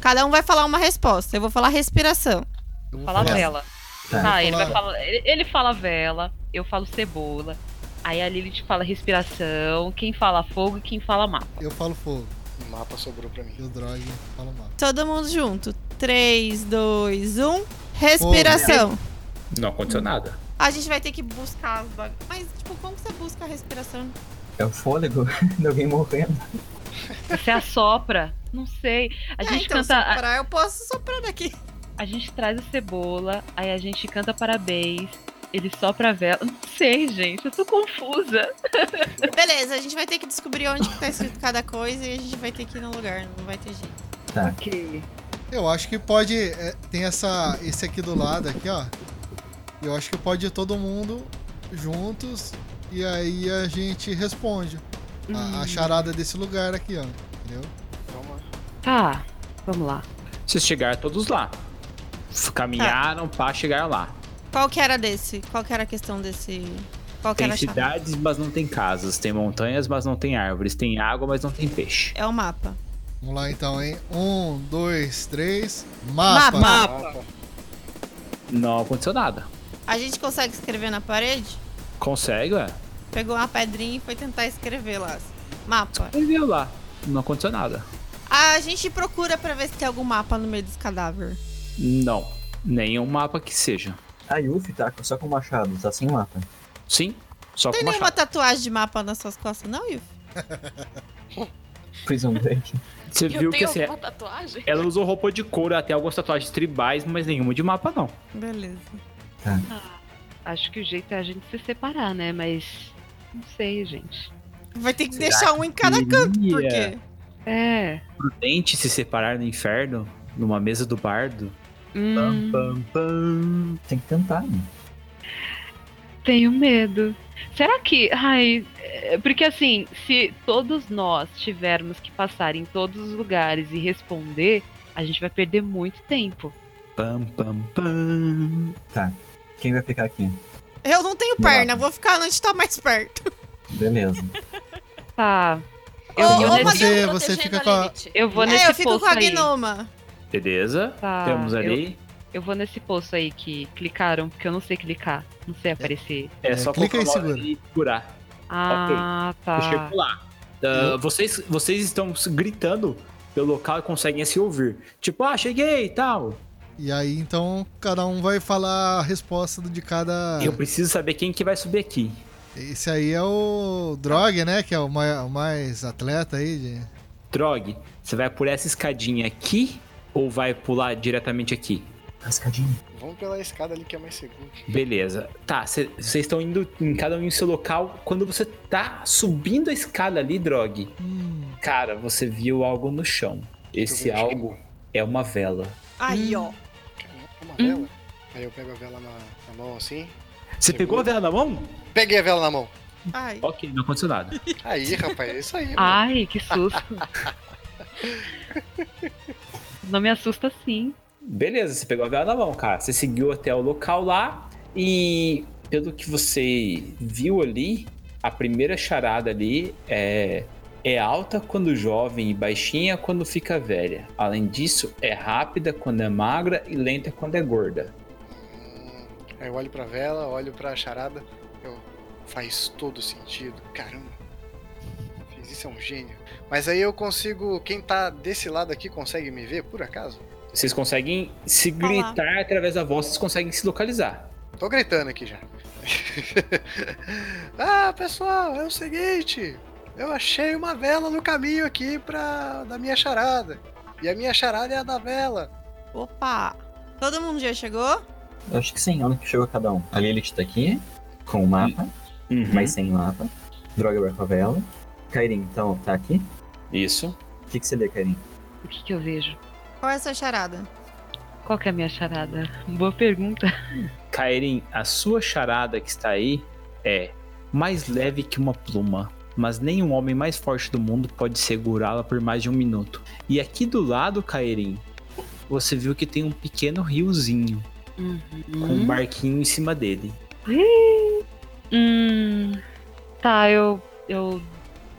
F: Cada um vai falar uma resposta. Eu vou falar respiração.
D: Eu vou
H: Falar
D: falar-
H: vela.
I: Tá.
H: Tá, ele
D: Falar-
H: vai falar. Ele, ele fala vela, eu falo cebola. Aí a Lilith fala respiração, quem fala fogo e quem fala mapa.
D: Eu falo fogo.
E: O Um mapa sobrou pra mim.
D: E o drog fala mapa.
F: Todo mundo junto. 3, 2, 1. Respiração.
C: Não aconteceu nada.
F: A gente vai ter que buscar as bag... Mas, tipo, como que você busca a respiração?
I: É o fôlego de alguém morrendo.
H: Você assopra? Não sei. A
F: Ah,
H: gente
F: então,
H: canta. a-
F: soprar, eu posso soprar daqui.
H: A gente traz a cebola, aí a gente canta parabéns, ele sopra a vela. Não sei, gente, eu tô confusa.
F: Beleza, a gente vai ter que descobrir onde que tá escrito cada coisa e a gente vai ter que ir no lugar, não vai ter jeito.
C: Ah.
F: Tá.
H: Ok.
D: Eu acho que pode. é, tem essa, esse aqui do lado aqui, ó. Eu acho que pode ir todo mundo juntos e aí a gente responde a, a charada desse lugar aqui, ó. Entendeu?
E: Vamos lá.
H: Tá, vamos lá.
C: Vocês chegaram todos lá. Caminharam
F: Tá.
C: pra chegar lá.
F: Qual que era desse? Qual que era a questão desse... Qual que
C: Tem
F: era a chave?
C: cidades, mas não tem casas. Tem montanhas, mas não tem árvores. Tem água, mas não tem peixe.
F: É o mapa.
D: Vamos lá então, hein? Um, dois, três. Mapa.
F: Mapa.
E: Mapa.
C: Não aconteceu nada.
F: A gente consegue escrever na parede?
C: Consegue, ué.
F: Pegou uma pedrinha e foi tentar escrever lá. Mapa.
C: Aí veio lá. Não aconteceu nada.
F: A gente procura pra ver se tem algum mapa no meio dos cadáveres.
C: Não. Nenhum mapa que seja.
I: A Yuffie tá só com o machado, tá sem mapa.
C: Sim, só
F: Tem
C: com
F: nenhuma
C: machado.
F: tatuagem de mapa nas suas costas, não, Yu?
I: Prison Break.
C: Você
B: Eu
C: viu que
B: tenho
C: assim,
B: alguma tatuagem?
C: ela usou roupa de couro, até algumas tatuagens tribais, mas nenhuma de mapa, não.
F: Beleza.
H: Acho que o jeito é a gente se separar, né? Mas. Não sei, gente.
F: Vai ter que
C: Será
F: deixar um em cada canto,
C: Ia.
F: porque.
H: É.
C: Prudente se separar no inferno, numa mesa do bardo.
H: Hum,
I: Tem que tentar, né?
H: tenho medo. Será que. Ai. é, Porque assim, se todos nós tivermos que passar em todos os lugares e responder, a gente vai perder muito tempo.
C: Pam, pam, pam.
I: Tá. Quem vai ficar aqui?
F: Eu não tenho perna, vou ficar onde tá mais perto.
I: Beleza.
H: Tá. Eu,
F: Ô,
H: eu,
F: ô,
H: nesse,
F: Matheus,
D: Você-
J: protegendo
D: você fica com a-
J: Lilith.
H: eu vou nesse
F: É, eu fico
H: poço
F: com a
H: aí.
F: gnoma.
C: Beleza.
H: Tá,
C: Temos
H: eu-
C: ali.
H: Eu vou nesse poço aí que clicaram, porque eu não sei clicar. Não sei aparecer.
C: É só
D: clica
C: colocar
D: e
C: o mouse
D: segura.
C: e curar.
H: Ah,
C: Deixa
H: tá.
C: eu pular. Ah, vocês, vocês estão se gritando pelo local e conseguem se ouvir. Tipo, ah, cheguei e tal.
D: E aí, então, cada um vai falar a resposta de cada.
C: Eu preciso saber quem que vai subir aqui.
D: Esse aí é o Drog, né? Que é o mai- o mais, atleta aí. de-
C: Drog, você vai por essa escadinha aqui ou vai pular diretamente aqui?
I: Cascadinho.
E: Vamos pela escada ali que é mais seguro.
C: Beleza. Tá, cê- vocês estão indo em cada um em seu local. Quando você tá subindo a escada ali, Drog, cara, você viu algo no chão. Esse
E: Deixa eu ver.
C: algo é uma vela.
F: Aí, ó.
E: Caraca, Uma vela. Aí eu pego a vela na, na mão assim.
C: Você pegou a vela na mão?
E: Peguei a vela na mão.
F: Ai.
C: Ok, não aconteceu nada.
E: Aí, rapaz, é isso
F: Ah.
E: aí. mano.
H: Ai, que susto. não me assusta sim.
C: Beleza, você pegou a vela na mão, cara. Você seguiu até o local lá e pelo que você viu ali, a primeira charada ali é é alta quando jovem e baixinha quando fica velha. Além disso, é rápida quando é magra e lenta quando é gorda.
E: Hum, Aí eu olho pra vela, olho pra charada. Eu, faz todo sentido. Caramba. Fiz isso é um gênio. Mas aí eu consigo. Quem tá desse lado aqui consegue me ver, por acaso?
C: Vocês conseguem se
F: Falar.
C: gritar através da voz, vocês conseguem se localizar.
E: Tô gritando aqui já. ah, pessoal, é o seguinte. Eu achei uma vela no caminho aqui pra, da minha charada. E a minha charada é a da vela.
F: Opa. Todo mundo já chegou?
I: Eu acho que sim, olha que chegou cada um. A Lilith tá aqui, com o mapa,
C: Uhum.
I: mas sem mapa. Droga vai com a vela. Kairin, então, tá aqui.
C: Isso.
I: O que, que você lê, Kairin?
H: O que, que eu vejo?
F: Qual é a sua charada?
H: Qual que é a minha charada? Boa pergunta.
C: Kairin, a sua charada que está aí é mais leve que uma pluma, mas nenhum homem mais forte do mundo pode segurá-la por mais de um minuto. E aqui do lado, Kairin, você viu que tem um pequeno riozinho com um barquinho em cima dele.
H: Hum, tá, eu eu,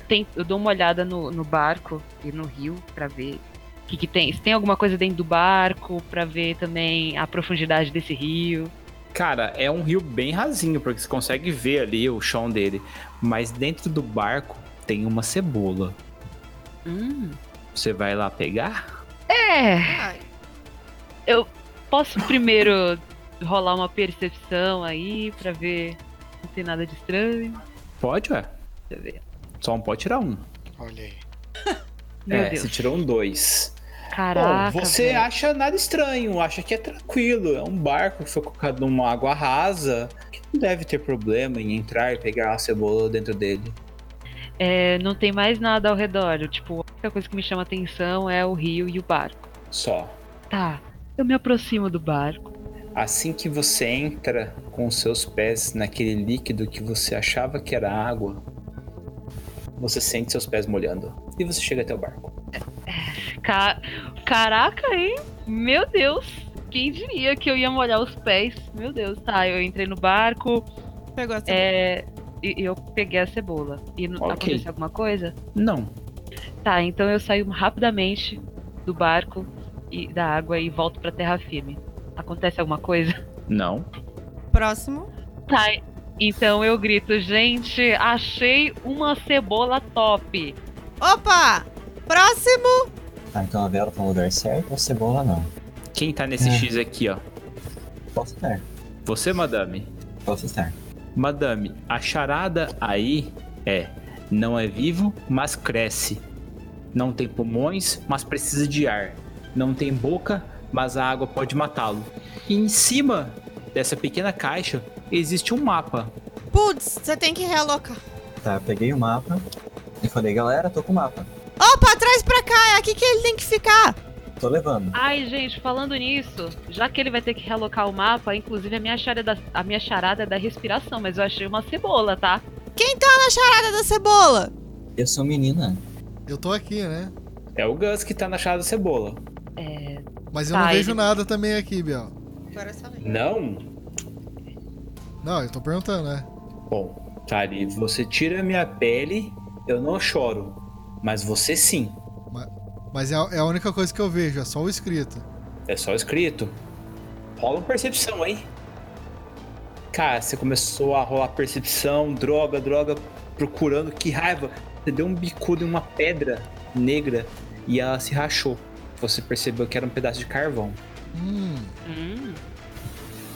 H: ten- eu dou uma olhada no, no barco e no rio pra ver o que, que tem. Se tem alguma coisa dentro do barco pra ver também a profundidade desse rio.
C: Cara, é um rio bem rasinho, porque você consegue ver ali o chão dele, mas dentro do barco tem uma cebola.
H: Hum.
C: Você vai lá pegar?
H: É,
F: Ai.
H: posso primeiro rolar uma percepção aí pra ver se não tem nada de estranho.
C: Pode, ué.
H: Deixa eu ver.
C: Só não pode tirar um.
E: Olha aí.
H: Meu
C: é, você
H: Deus.
C: tirou um dois.
H: Caraca.
C: Bom, você
H: velho.
C: acha nada estranho, acha que é tranquilo, é um barco que foi colocado numa água rasa, que não deve ter problema em entrar e pegar a cebola dentro dele.
H: É, não tem mais nada ao redor. Tipo, a única coisa que me chama atenção é o rio e o barco.
C: Só.
H: Tá, eu me aproximo do barco.
C: Assim que você entra com os seus pés naquele líquido que você achava que era água, você sente seus pés molhando. E você chega até o barco.
H: Ca- Caraca, hein? Meu Deus! Quem diria que eu ia molhar os pés? Meu Deus, tá. Eu entrei no barco
F: Pegou essa.
H: é, e e eu peguei a cebola. E não
C: Ok.
H: aconteceu alguma coisa?
C: Não.
H: Tá, então eu saio rapidamente do barco e da água e volto pra terra firme. Acontece alguma coisa?
C: Não.
F: Próximo.
H: Tá, então eu grito, gente, achei uma cebola top.
F: Opa! Próximo!
I: Tá, então a vela tá no lugar certo, a cebola não.
C: Quem tá nesse
I: É.
C: X aqui, ó?
I: Posso estar,
C: Você, madame.
I: posso estar.
C: Madame, a charada aí é: não é vivo, mas cresce. Não tem pulmões, mas precisa de ar. Não tem boca, mas a água pode matá-lo. E em cima dessa pequena caixa existe um mapa.
F: Putz, você tem que realocar.
I: Tá, peguei o mapa e falei, galera, tô com o mapa.
F: Opa, traz pra cá, é aqui que ele tem que ficar.
I: Tô levando.
H: Ai, gente, falando nisso, já que ele vai ter que realocar o mapa, inclusive a minha charada, a minha charada é da respiração, mas eu achei uma cebola, tá?
F: Na charada da cebola.
I: Eu sou menina.
D: Eu tô aqui, né?
C: É o Gus que tá na charada cebola.
H: É,
D: Mas eu
H: Tá,
D: não vejo
H: ele-
D: nada também aqui, Biel.
F: Agora só vem.
C: Não?
D: Não, eu tô perguntando, né?
C: Bom, Tari, você tira a minha pele Eu não choro, mas você sim.
D: Mas é a, é a única coisa que eu vejo, é só o escrito.
C: É só escrito. Rola uma percepção, hein? Cara, você começou a rolar percepção, droga, droga, procurando. Que raiva! Você deu um bicudo em uma pedra negra e ela se rachou. Você percebeu que era um pedaço de carvão.
D: Hum.
H: Hum,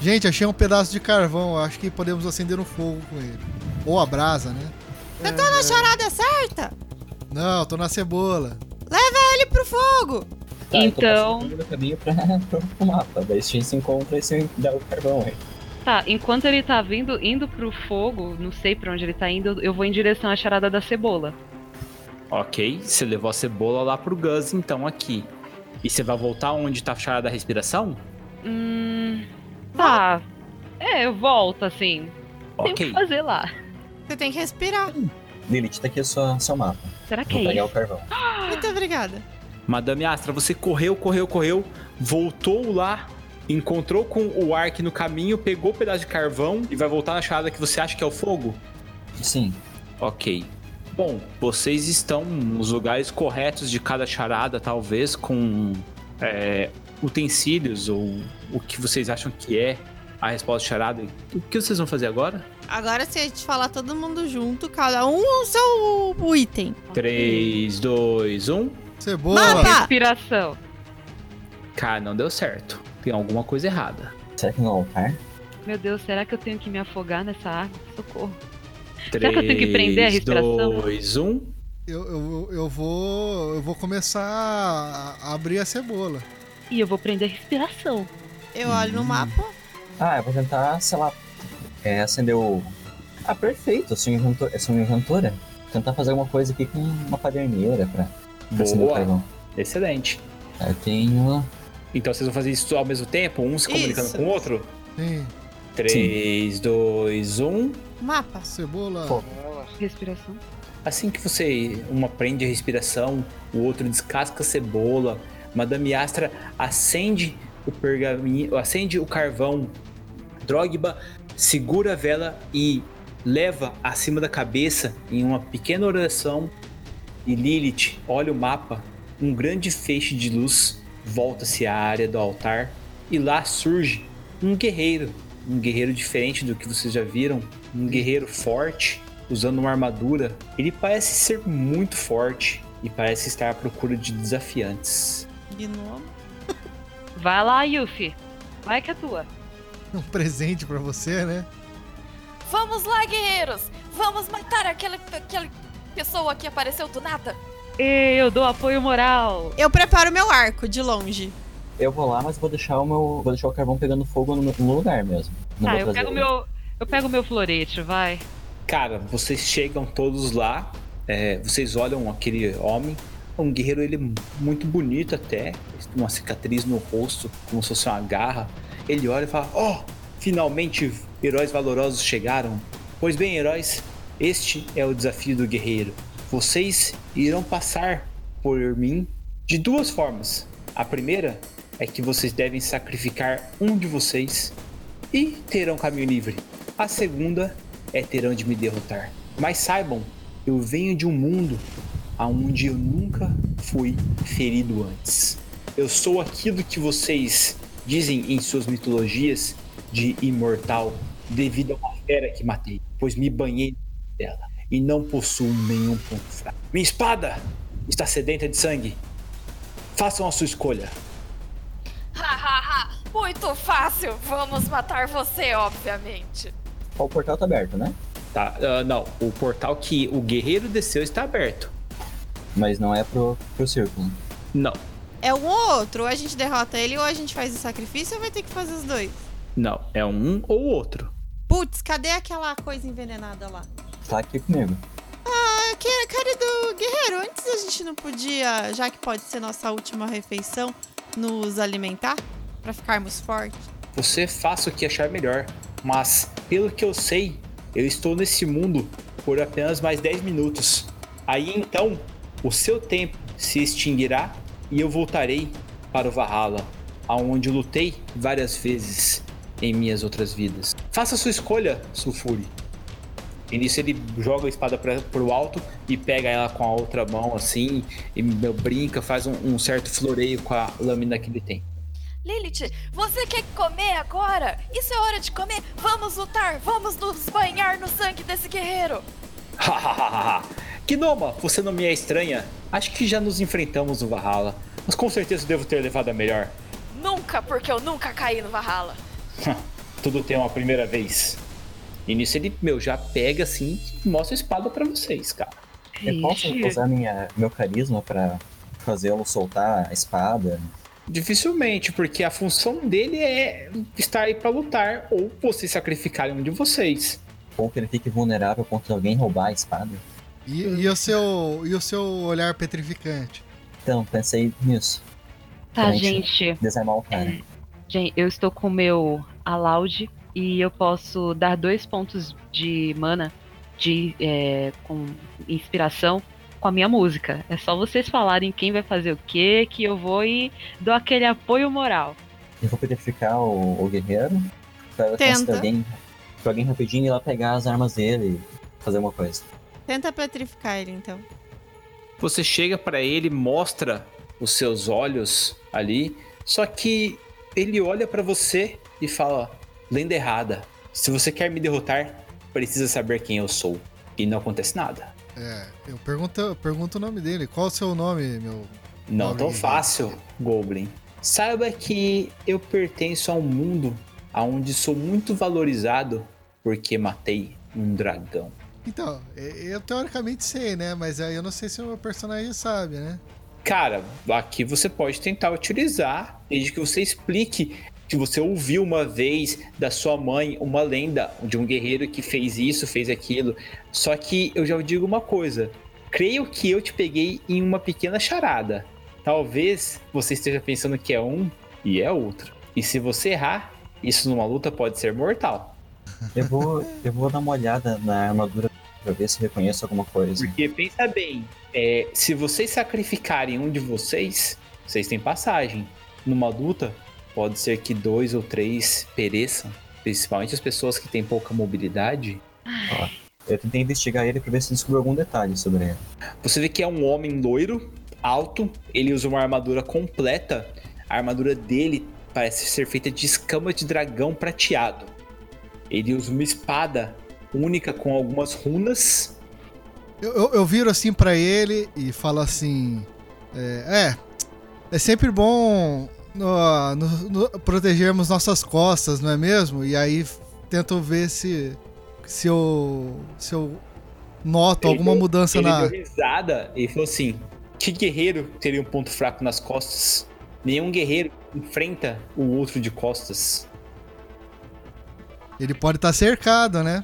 D: Gente, achei um pedaço de carvão. eu Acho que podemos acender um fogo com ele. Ou a brasa, né?
F: Eu tô tá na charada certa!
D: Não, tô na cebola.
F: Ele pro fogo!
H: Tá, eu tô Então-
I: Eu caminho pra, pro, pro mapa. Daí a gente se encontra e se dá o carvão aí.
H: Tá, enquanto ele tá vindo, indo pro fogo, não sei pra onde ele tá indo, eu vou em direção à charada da cebola.
C: Ok, você levou a cebola lá pro Gus, então aqui. E você vai voltar onde tá fechada a respiração?
H: Hum. Tá. É, eu volto assim. Tem o que
C: Ok.
H: fazer lá.
F: Você tem que respirar.
I: Lilith, tá aqui o seu, seu mapa.
H: Hum, Será que
I: Vou
H: é
I: pegar o
H: isso?
I: carvão.
F: Muito obrigada.
C: Madame Astra, você correu, correu, correu, voltou lá, encontrou com o Ark no caminho, pegou o pedaço de carvão e vai voltar na charada que você acha que é o fogo?
I: Sim.
C: Ok. Bom, vocês estão nos lugares corretos de cada charada, talvez com é, utensílios ou o que vocês acham que é a resposta de charada. O que vocês vão fazer agora?
F: Agora se a gente falar todo mundo junto, cada um o seu o item.
C: 3, 2, 1.
D: Cebola.
F: Mata!
H: Inspiração.
C: Cara, não deu certo. Tem alguma coisa errada.
I: Será que não é o altar?
H: Meu Deus, será que eu tenho que me afogar nessa água? Socorro.
C: 3,
H: Será que eu tenho que prender a respiração?
C: 2, 1.
D: Eu, eu, eu vou. Eu vou começar a abrir a cebola.
H: E eu vou prender a respiração.
F: Eu olho
D: Hum.
F: no mapa.
I: Ah, eu vou tentar, sei lá, é, acender o. Ah, perfeito, eu sou, um inventor, eu sou uma inventora. Vou tentar fazer alguma coisa aqui com uma paderneira pra,
G: é
I: pra acender o
C: Boa.
I: carvão.
C: Excelente.
I: Tá, Eu tenho.
C: Então vocês vão fazer isso ao mesmo tempo? Um se comunicando
F: Isso.
C: com o outro?
D: Sim,
C: 3, 2, 1.
F: Mapa.
D: cebola.
I: Pô.
H: Respiração.
C: Assim que você uma prende a respiração, o outro descasca a cebola, Madame Astra acende o pergaminho, acende o carvão. Drogba segura a vela e leva acima da cabeça em uma pequena oração. E Lilith olha o mapa, um grande feixe de luz volta-se à área do altar e lá surge um guerreiro, um guerreiro diferente do que vocês já viram, um guerreiro forte usando uma armadura, ele parece ser muito forte e parece estar à procura de desafiantes.
F: Gnomo.
H: Vai lá, Yuffie. Vai que é tua.
D: Um presente pra você, né?
B: Vamos lá, guerreiros! Vamos matar aquela, aquela pessoa que apareceu do nada!
H: E eu dou apoio moral.
F: Eu preparo meu arco de longe.
I: Eu vou lá, mas vou deixar o meu. Vou deixar o carvão pegando fogo no, meu- no lugar mesmo. Não
H: tá,
I: vou
H: eu
I: fazer-
H: pego meu. Eu pego meu florete, vai.
C: Cara, vocês chegam todos lá, é, vocês olham aquele homem, é um guerreiro ele muito bonito até, uma cicatriz no rosto, como se fosse uma garra. Ele olha e fala: "Oh, finalmente heróis valorosos chegaram. Pois bem, heróis, este é o desafio do guerreiro. Vocês irão passar por mim de duas formas. A primeira é que vocês devem sacrificar um de vocês e terão caminho livre. A segunda é terão de me derrotar. Mas saibam, eu venho de um mundo aonde eu nunca fui ferido antes. Eu sou aquilo que vocês dizem em suas mitologias de imortal devido a uma fera que matei, pois me banhei dela e não possuo nenhum ponto fraco. Minha espada está sedenta de sangue. Façam a sua escolha.
B: Hahaha! Muito fácil! Vamos matar você, obviamente!
I: Ó, O portal tá aberto, né?
C: Tá, ah, não, o portal que o guerreiro desceu está aberto.
I: Mas não é pro, pro círculo.
C: Não,
F: É um ou outro. Ou a gente derrota ele, ou a gente faz o sacrifício, ou vai ter que fazer os dois.
C: não, é um ou outro.
F: Putz, cadê aquela coisa envenenada lá?
I: Tá aqui comigo.
F: Ah, que- cara do guerreiro, antes a gente não podia, já que pode ser nossa última refeição, nos alimentar pra ficarmos fortes.
C: Você faça o que achar melhor, mas pelo que eu sei, eu estou nesse mundo por apenas mais 10 minutos. Aí então, o seu tempo se extinguirá e eu voltarei para o Valhalla, aonde eu lutei várias vezes em minhas outras vidas. Faça sua escolha, Sulfuri. E nisso ele joga a espada pra, pro alto e pega ela com a outra mão, assim, e meu, brinca, faz um, um certo floreio com a lâmina que ele tem.
B: Lilith, você quer comer agora? Isso é hora de comer? Vamos lutar! Vamos nos banhar no sangue desse guerreiro!
C: Hahaha! Kinoma, você não me é estranha? Acho que já nos enfrentamos no Valhalla, mas com certeza devo ter levado a melhor.
B: Nunca, porque eu nunca caí no Valhalla.
C: Tudo tem uma primeira vez. E nisso ele, meu, já pega assim e mostra a espada pra vocês, cara.
I: Eu posso É usar minha, meu carisma pra fazê-lo soltar a espada?
C: Dificilmente, porque a função dele é estar aí pra lutar ou vocês sacrificarem um de vocês.
I: Ou que ele fique vulnerável contra alguém roubar a espada?
C: É.
D: E, e o, seu, e o seu olhar petrificante?
I: Então, pensei nisso.
H: Tá,
I: Pra
H: gente.
I: Desarmar o cara.
H: Gente, eu estou com o meu Alaud e eu posso dar dois pontos de mana de é, com inspiração com a minha música. É só vocês falarem quem vai fazer o que, que eu vou e dou aquele apoio moral.
I: Eu vou petrificar o, o guerreiro. Pra
F: Tenta.
I: conseguir alguém, pra alguém rapidinho ir lá pegar as armas dele e fazer alguma coisa.
F: Tenta petrificar ele, então.
C: Você chega pra ele, mostra os seus olhos ali, só que ele olha pra você e fala: lenda errada. Se você quer me derrotar, precisa saber quem eu sou. E não acontece nada.
D: É, eu pergunto, eu pergunto o nome dele. Qual o seu nome, meu?
C: Não
D: Não,
C: tão
D: ninguém.
C: fácil, Goblin. Saiba que eu pertenço a um mundo onde sou muito valorizado porque matei um dragão.
D: Então, e- eu teoricamente sei, né? Mas aí eu não sei se o meu personagem sabe, né?
C: Cara, aqui você pode tentar utilizar, desde que você explique que você ouviu uma vez da sua mãe uma lenda de um guerreiro que fez isso, fez aquilo. Só que eu já digo uma coisa: creio que eu te peguei em uma pequena charada. Talvez você esteja pensando que é um e é outro. E se você errar, isso numa luta pode ser mortal.
I: Eu vou, eu vou dar uma olhada na armadura pra ver se reconheço alguma coisa.
C: Porque pensa bem, é, se vocês sacrificarem um de vocês, vocês têm passagem. Numa luta, pode ser que dois ou três pereçam. Principalmente as pessoas que têm pouca mobilidade.
I: Eu tentei investigar ele pra ver se descobri algum detalhe sobre ele.
C: Você vê que é um homem loiro, alto, ele usa uma armadura completa. A armadura dele parece ser feita de escama de dragão prateado. Ele usa uma espada única com algumas runas.
D: Eu, eu, eu viro assim pra ele e falo assim: é, é, é sempre bom no- no- no- protegermos nossas costas, não é mesmo? E aí f- tento ver se se eu se eu noto
C: Ele
D: alguma
C: deu-
D: mudança
C: Ele
D: na.
C: deu risada e falou assim: que guerreiro teria um ponto fraco nas costas? Nenhum guerreiro enfrenta o outro de costas.
D: Ele pode estar cercado, né?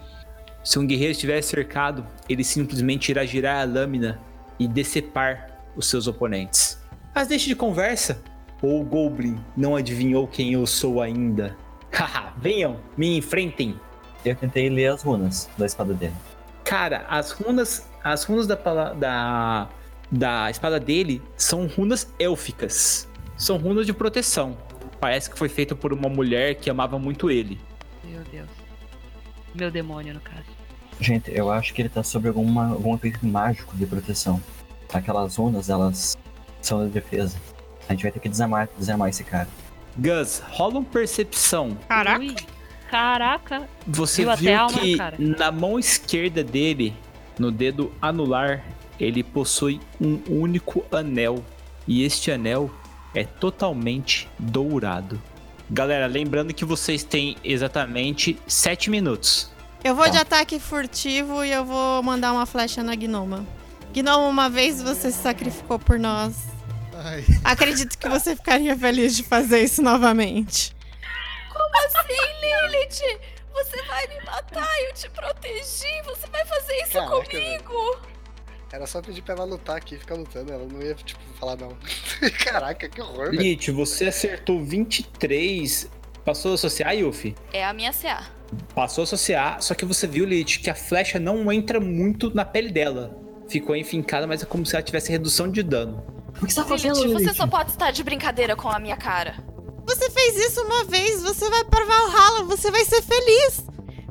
C: Se um guerreiro estiver cercado, ele simplesmente irá girar a lâmina e decepar os seus oponentes. Mas deixe de conversa. Ou o Goblin não adivinhou quem eu sou ainda. Haha, venham, me enfrentem.
I: Eu tentei ler as runas da espada dele.
C: Cara, as runas, as runas da, pala- da, da espada dele são runas élficas. São runas de proteção. Parece que foi feita por uma mulher que amava muito ele.
H: Meu Deus. Meu demônio, no caso.
I: Gente, eu acho que ele tá sobre alguma, algum efeito mágico de proteção. Aquelas runas, elas são de defesa. A gente vai ter que desarmar, desarmar esse cara.
C: Gus, rola um percepção.
F: Caraca.
H: Ui, caraca.
C: Você
H: Viu até
C: viu
H: a alma,
C: que
H: cara.
C: na mão esquerda dele, no dedo anular, ele possui um único anel. E este anel é totalmente dourado. Galera, lembrando que vocês têm exatamente 7 minutos.
F: Eu
C: Tá.
F: vou de ataque furtivo e eu vou mandar uma flecha na Gnoma. Gnoma, uma vez você se sacrificou por nós.
D: Ai,
F: Acredito que você ficaria feliz de fazer isso novamente.
B: Como assim, Lilith? Você vai me matar, eu te protegi, você vai fazer isso
E: Caraca,
B: comigo?
E: Era só pedir pra ela lutar aqui, ficar lutando. Ela não ia, tipo, falar não. Caraca, que horror, velho.
C: Lit, você acertou 23. Passou a associar, Yuffie?
B: É a minha CA.
C: Passou a associar, só que você viu, Lit, que a flecha não entra muito na pele dela. Ficou enfincada, mas é como se ela tivesse redução de dano.
I: O que você tá fazendo,
B: Lilith, você
I: Lilith?
B: só pode estar de brincadeira com a minha cara.
F: Você fez isso uma vez, você vai para Valhalla, você vai ser feliz.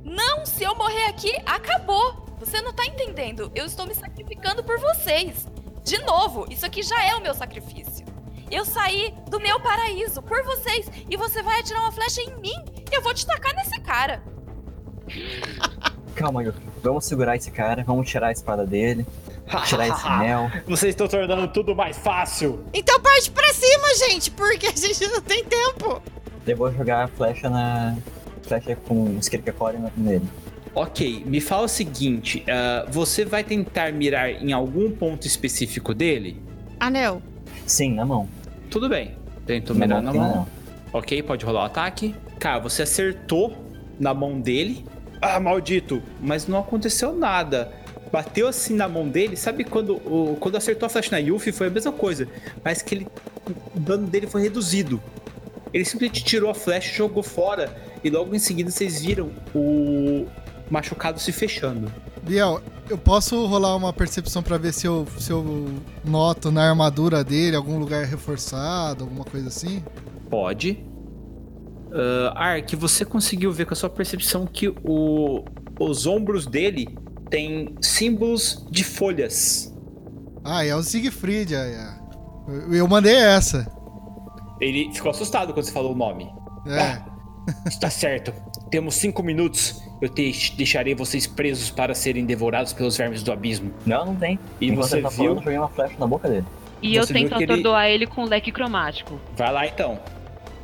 B: Não, se eu morrer aqui, acabou.
J: Você não tá entendendo. Eu estou me sacrificando por vocês. De novo, isso aqui já é o meu sacrifício. Eu saí do meu paraíso por vocês e você vai atirar uma flecha em mim. Eu vou te tacar nesse cara.
I: Calma, Yuki. Vamos segurar esse cara, vamos tirar a espada dele, tirar esse anel.
C: Vocês estão tornando tudo mais fácil.
F: Então parte pra cima, gente, porque a gente não tem tempo.
I: Eu vou jogar a flecha na. flecha com escricacore nele.
C: Ok, me fala o seguinte: ah, você vai tentar mirar em algum ponto específico dele?
F: Anel.
I: Sim, na mão.
C: Tudo bem. Tento
I: Na
C: mirar
I: mão
C: na
I: tem
C: mão.
I: anel.
C: Ok, pode rolar o ataque. Cara, você acertou na mão dele. Ah, maldito! Mas não aconteceu nada. Bateu assim na mão dele, sabe quando o, quando acertou a flecha na Yuffie foi a mesma coisa, mas que ele o dano dele foi reduzido. Ele simplesmente tirou a flecha, e jogou fora e logo em seguida vocês viram o machucado se fechando.
D: Biel, eu posso rolar uma percepção pra ver se eu, se eu noto na armadura dele algum lugar reforçado, alguma coisa assim?
C: Pode. Ah, Ark, você conseguiu ver com a sua percepção que o- os ombros dele têm símbolos de folhas.
D: Ah, é o Siegfried. é, é. Eu, eu mandei essa.
C: Ele ficou assustado quando você falou o nome. Ah,
D: É.
C: Está certo. Temos cinco minutos. Eu te- deixarei vocês presos para serem devorados pelos vermes do abismo.
I: Não, não tem.
C: E
I: Enquanto
C: você
I: ele tá
C: viu?
I: falando, eu joguei uma flecha na boca dele.
H: E
C: Você
H: eu
C: viu
H: tento
C: que ele-
H: atordoar ele com leque cromático.
C: Vai lá então.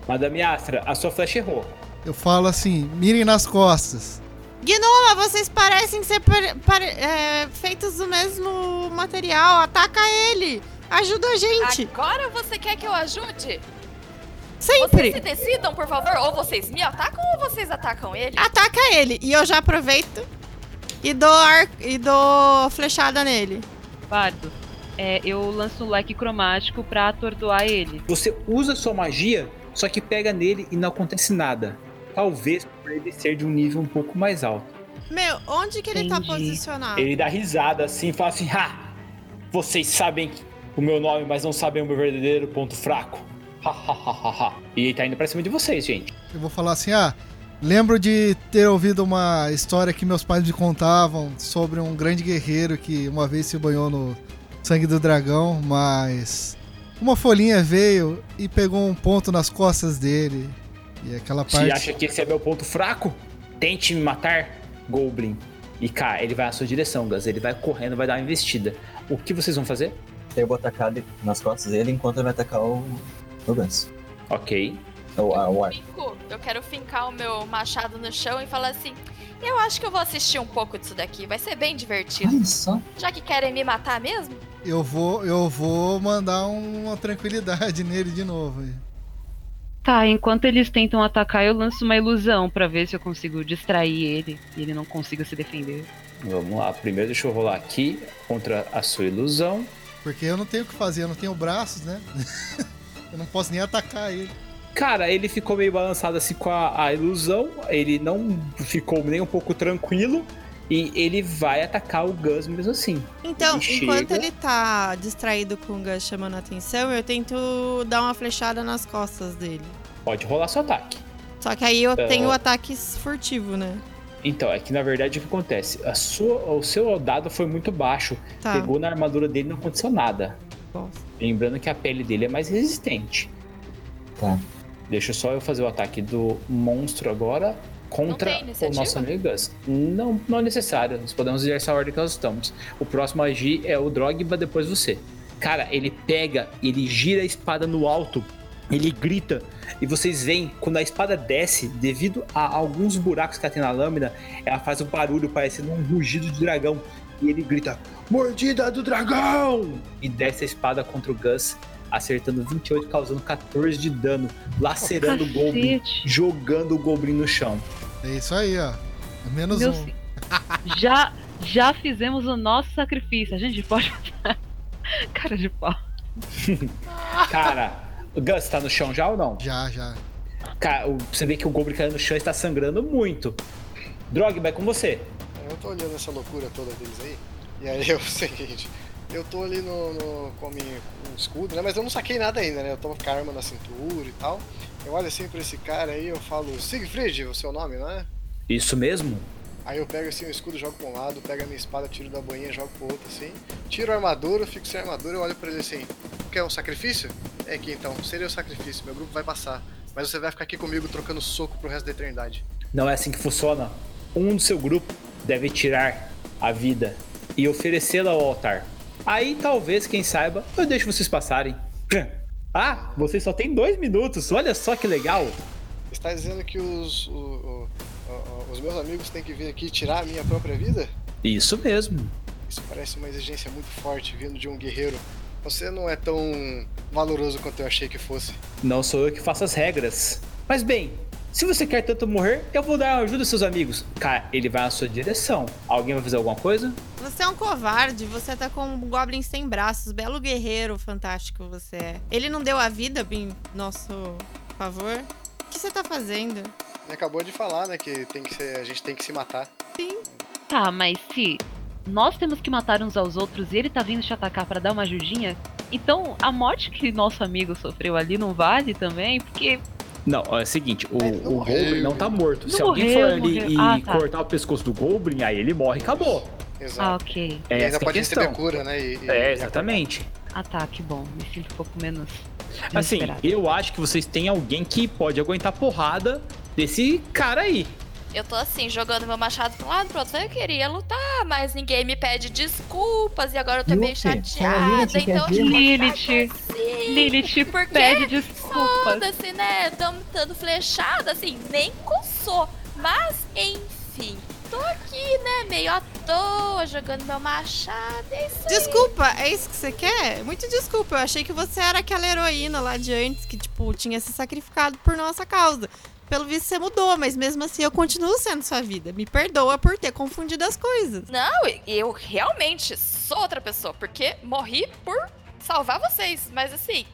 C: Madame Astra, a sua flecha errou.
D: Eu falo assim, mirem nas costas.
F: Gnoma, vocês parecem ser pare- pare- é, feitos do mesmo material. Ataca ele! Ajuda a gente!
J: Agora você quer que eu ajude? Vocês se
F: Sempre!
J: decidam, por favor. Ou vocês me atacam ou vocês atacam ele.
F: Ataca ele! E eu já aproveito e dou, ar... e dou flechada nele.
H: Bardo, é, eu lanço um leque cromático pra atordoar ele.
C: Você usa sua magia, só que pega nele e não acontece nada. Talvez por ele ser de um nível um pouco mais alto.
F: Meu, onde que ele tá
H: Entendi.
F: posicionado?
C: Ele dá risada assim e fala assim: Ha! Vocês sabem o meu nome, mas não sabem o meu verdadeiro ponto fraco. Ha, ha, ha, ha, ha. E ele tá indo pra cima de vocês, gente.
D: Eu vou falar assim, ah, lembro de ter ouvido uma história que meus pais me contavam sobre um grande guerreiro que uma vez se banhou no sangue do dragão, mas uma folhinha veio e pegou um ponto nas costas dele. E aquela
C: Se
D: parte.
C: acha que esse é meu ponto fraco, tente me matar, Goblin. E cá, ele vai à sua direção, Gus. Ele vai correndo, vai dar uma investida. O que vocês vão fazer?
I: Eu vou atacar ele- nas costas dele enquanto ele vai atacar o. o Gans.
C: Ok.
I: O, a- o ar.
J: Finco, eu quero fincar o meu machado no chão e falar assim: Eu acho que eu vou assistir um pouco disso daqui, vai ser bem divertido.
I: Olha só.
J: Já que querem me matar mesmo?
D: Eu vou, eu vou mandar uma tranquilidade nele de novo.
H: Tá, enquanto eles tentam atacar, eu lanço uma ilusão pra ver se eu consigo distrair ele e ele não consiga se defender.
C: Vamos lá. Primeiro deixa eu rolar aqui contra a sua ilusão.
D: Porque eu não tenho o que fazer, eu não tenho braços, né? eu não posso nem atacar ele.
C: Cara, ele ficou meio balançado assim com a, a ilusão, ele não ficou nem um pouco tranquilo e ele vai atacar o Gus mesmo assim.
F: Então,
C: Ele chega.
F: enquanto ele tá distraído com o Gus chamando a atenção, eu tento dar uma flechada nas costas dele.
C: Pode rolar seu ataque.
F: Só que aí eu
C: Tá.
F: tenho o ataque furtivo, né?
C: Então, é que na verdade o que acontece? A sua, o seu dado foi muito baixo,
F: Tá.
C: pegou na armadura dele e não aconteceu nada.
F: Bom.
C: Lembrando que a pele dele é mais resistente.
I: Tá.
C: Deixa só eu fazer o ataque do monstro agora
J: Não
C: contra
J: tem
C: o nosso amigo Gus. Não, não é necessário. Nós podemos ir essa ordem que nós estamos. O próximo a agir é o Drogba, depois você. Cara, ele pega, ele gira a espada no alto, ele grita. E vocês veem, quando a espada desce, devido a alguns buracos que ela tem na lâmina, ela faz um barulho parecendo um rugido de dragão. E ele grita: Mordida do dragão! E desce a espada contra o Gus, acertando 28, causando 14 de dano, lacerando o Goblin,
H: Cacete.
C: jogando o Goblin no chão.
D: É isso aí, ó. É menos
H: Meu
D: um.
H: se- já, já fizemos o nosso sacrifício. A gente pode. Cara de pau.
C: Cara, o Gus tá no chão já ou não?
D: Já, já.
C: Cara, o- você vê que o Goblin caindo no chão está sangrando muito. Drogba, é com você.
E: Eu tô olhando essa loucura toda deles aí. E aí é o seguinte, eu tô ali no, no- com a minha- com o escudo, né? Mas eu não saquei nada ainda, né? Eu tô com a arma na cintura e tal. Eu olho assim pra esse cara aí, eu falo, Siegfried, o seu nome, não é?
C: Isso mesmo?
E: Aí eu pego assim o escudo, jogo pra um lado, pego a minha espada, tiro da banheira, jogo pro outro assim. Tiro a armadura, fico sem a armadura, eu olho pra ele assim: Quer um sacrifício? É que então, seria o sacrifício, meu grupo vai passar. Mas você vai ficar aqui comigo trocando soco pro resto da eternidade.
C: Não é assim que funciona. Um do seu grupo deve tirar a vida e oferecê-la ao altar. Aí talvez, quem saiba, eu deixo vocês passarem. Ah, vocês só têm dois minutos, olha só que legal!
E: Está dizendo que os, o- o- o- os meus amigos têm que vir aqui tirar a minha própria vida?
C: Isso mesmo.
E: Isso parece uma exigência muito forte vindo de um guerreiro. Você não é tão valoroso quanto eu achei que fosse.
C: Não sou eu que faço as regras. Mas bem, se você quer tanto morrer, eu vou dar ajuda aos seus amigos. Cara, ele vai na sua direção. Alguém vai fazer alguma coisa?
F: Você é um covarde, você tá com um goblin sem braços, belo guerreiro fantástico você é. Ele não deu a vida em nosso favor? O que você tá fazendo?
E: Ele acabou de falar, né, que, tem que ser, a gente tem que se matar.
F: Sim.
H: Tá, mas se nós temos que matar uns aos outros e ele tá vindo te atacar pra dar uma ajudinha, então a morte que nosso amigo sofreu ali não vale também, porque
C: Não, ó, é o seguinte, o,
E: Mas não
C: o Goblin
E: morreu.
C: não tá morto.
H: Não
C: se alguém
H: morreu,
C: for ali
H: morreu.
C: e
H: Ah, tá.
C: cortar o pescoço do Goblin, aí ele morre e acabou.
H: ah,
E: Exato.
H: ok.
C: É
E: e
C: essa
E: ainda
C: que é a
E: pode
C: questão.
E: receber cura, né? e- e-
C: É, exatamente.
H: Ah, tá, que bom. Me sinto um pouco menos
C: Assim,
H: desesperada.
C: eu acho que vocês têm alguém que pode aguentar porrada desse cara aí.
B: Eu tô assim, jogando meu machado pra um lado e pro outro. Eu queria lutar, mas ninguém me pede desculpas e agora eu tô
I: Yuki,
B: meio
I: fala,
B: chateada.
I: Lilith, quer
B: Então,
I: ver?
H: Lilith,
B: assim,
H: Lilith
B: por quê?
H: pede desculpas.
B: foda-se, né? Tamo dando flechada, assim, nem coçou. Mas, enfim, tô aqui, né? Meio à toa, jogando meu machado. É isso aí.
F: Desculpa, é isso que você quer? Muito desculpa, eu achei que você era aquela heroína lá de antes que, tipo, tinha se sacrificado por nossa causa. Pelo visto você mudou, mas mesmo assim eu continuo sendo sua vida. Me perdoa por ter confundido as coisas.
B: Não, e- eu realmente sou outra pessoa, porque morri por salvar vocês. Mas assim,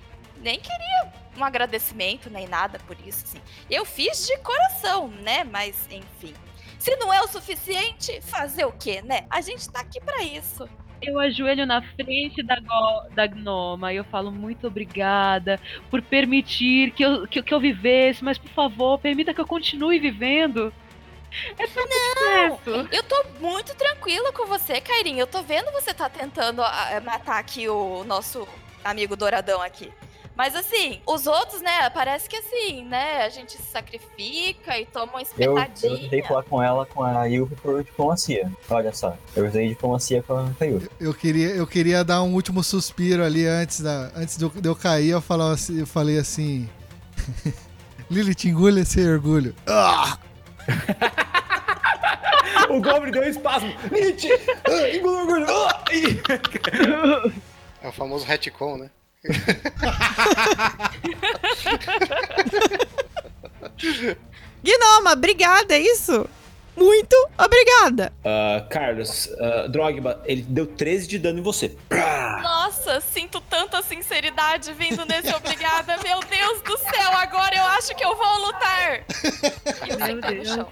B: nem queria um agradecimento, nem nada por isso, assim. Eu fiz de coração, né? Mas, enfim. Se não é o suficiente, fazer o quê, né? A gente tá aqui pra isso.
H: Eu ajoelho na frente da, go- da gnoma e eu falo muito obrigada por permitir que eu, que, eu- que eu vivesse, mas por favor, permita que eu continue vivendo. É tão certo.
B: Eu tô muito tranquila com você, Kairin. Eu tô vendo você tá tentando ah, matar aqui o nosso amigo douradão aqui. Mas assim, os outros, né, parece que assim, né, a gente se sacrifica e toma um uma
I: Eu,
B: espetadinha.
I: eu tentei falar com ela, com a Yuki, por diplomacia. Olha só, eu usei diplomacia com a com a Yuki.
D: Eu queria, eu queria dar um último suspiro ali antes, da, antes de, eu, de eu cair. Eu, falava assim- eu falei assim: Lilith, engulha esse orgulho. Ah!
C: O Goblin deu espaço. Nietzsche! Ah, engoliu o orgulho. Ah, e-
E: É o famoso retcon, né?
F: Gnoma, obrigada, é isso? Muito obrigada.
C: Ah, Carlos, ah, Drogba, ele deu 13 de dano em você.
B: Nossa, sinto tanta sinceridade vindo nesse obrigada. Meu Deus do céu, agora eu acho que eu vou lutar. E eu
H: Meu
B: sentado no
H: Deus.
B: chão.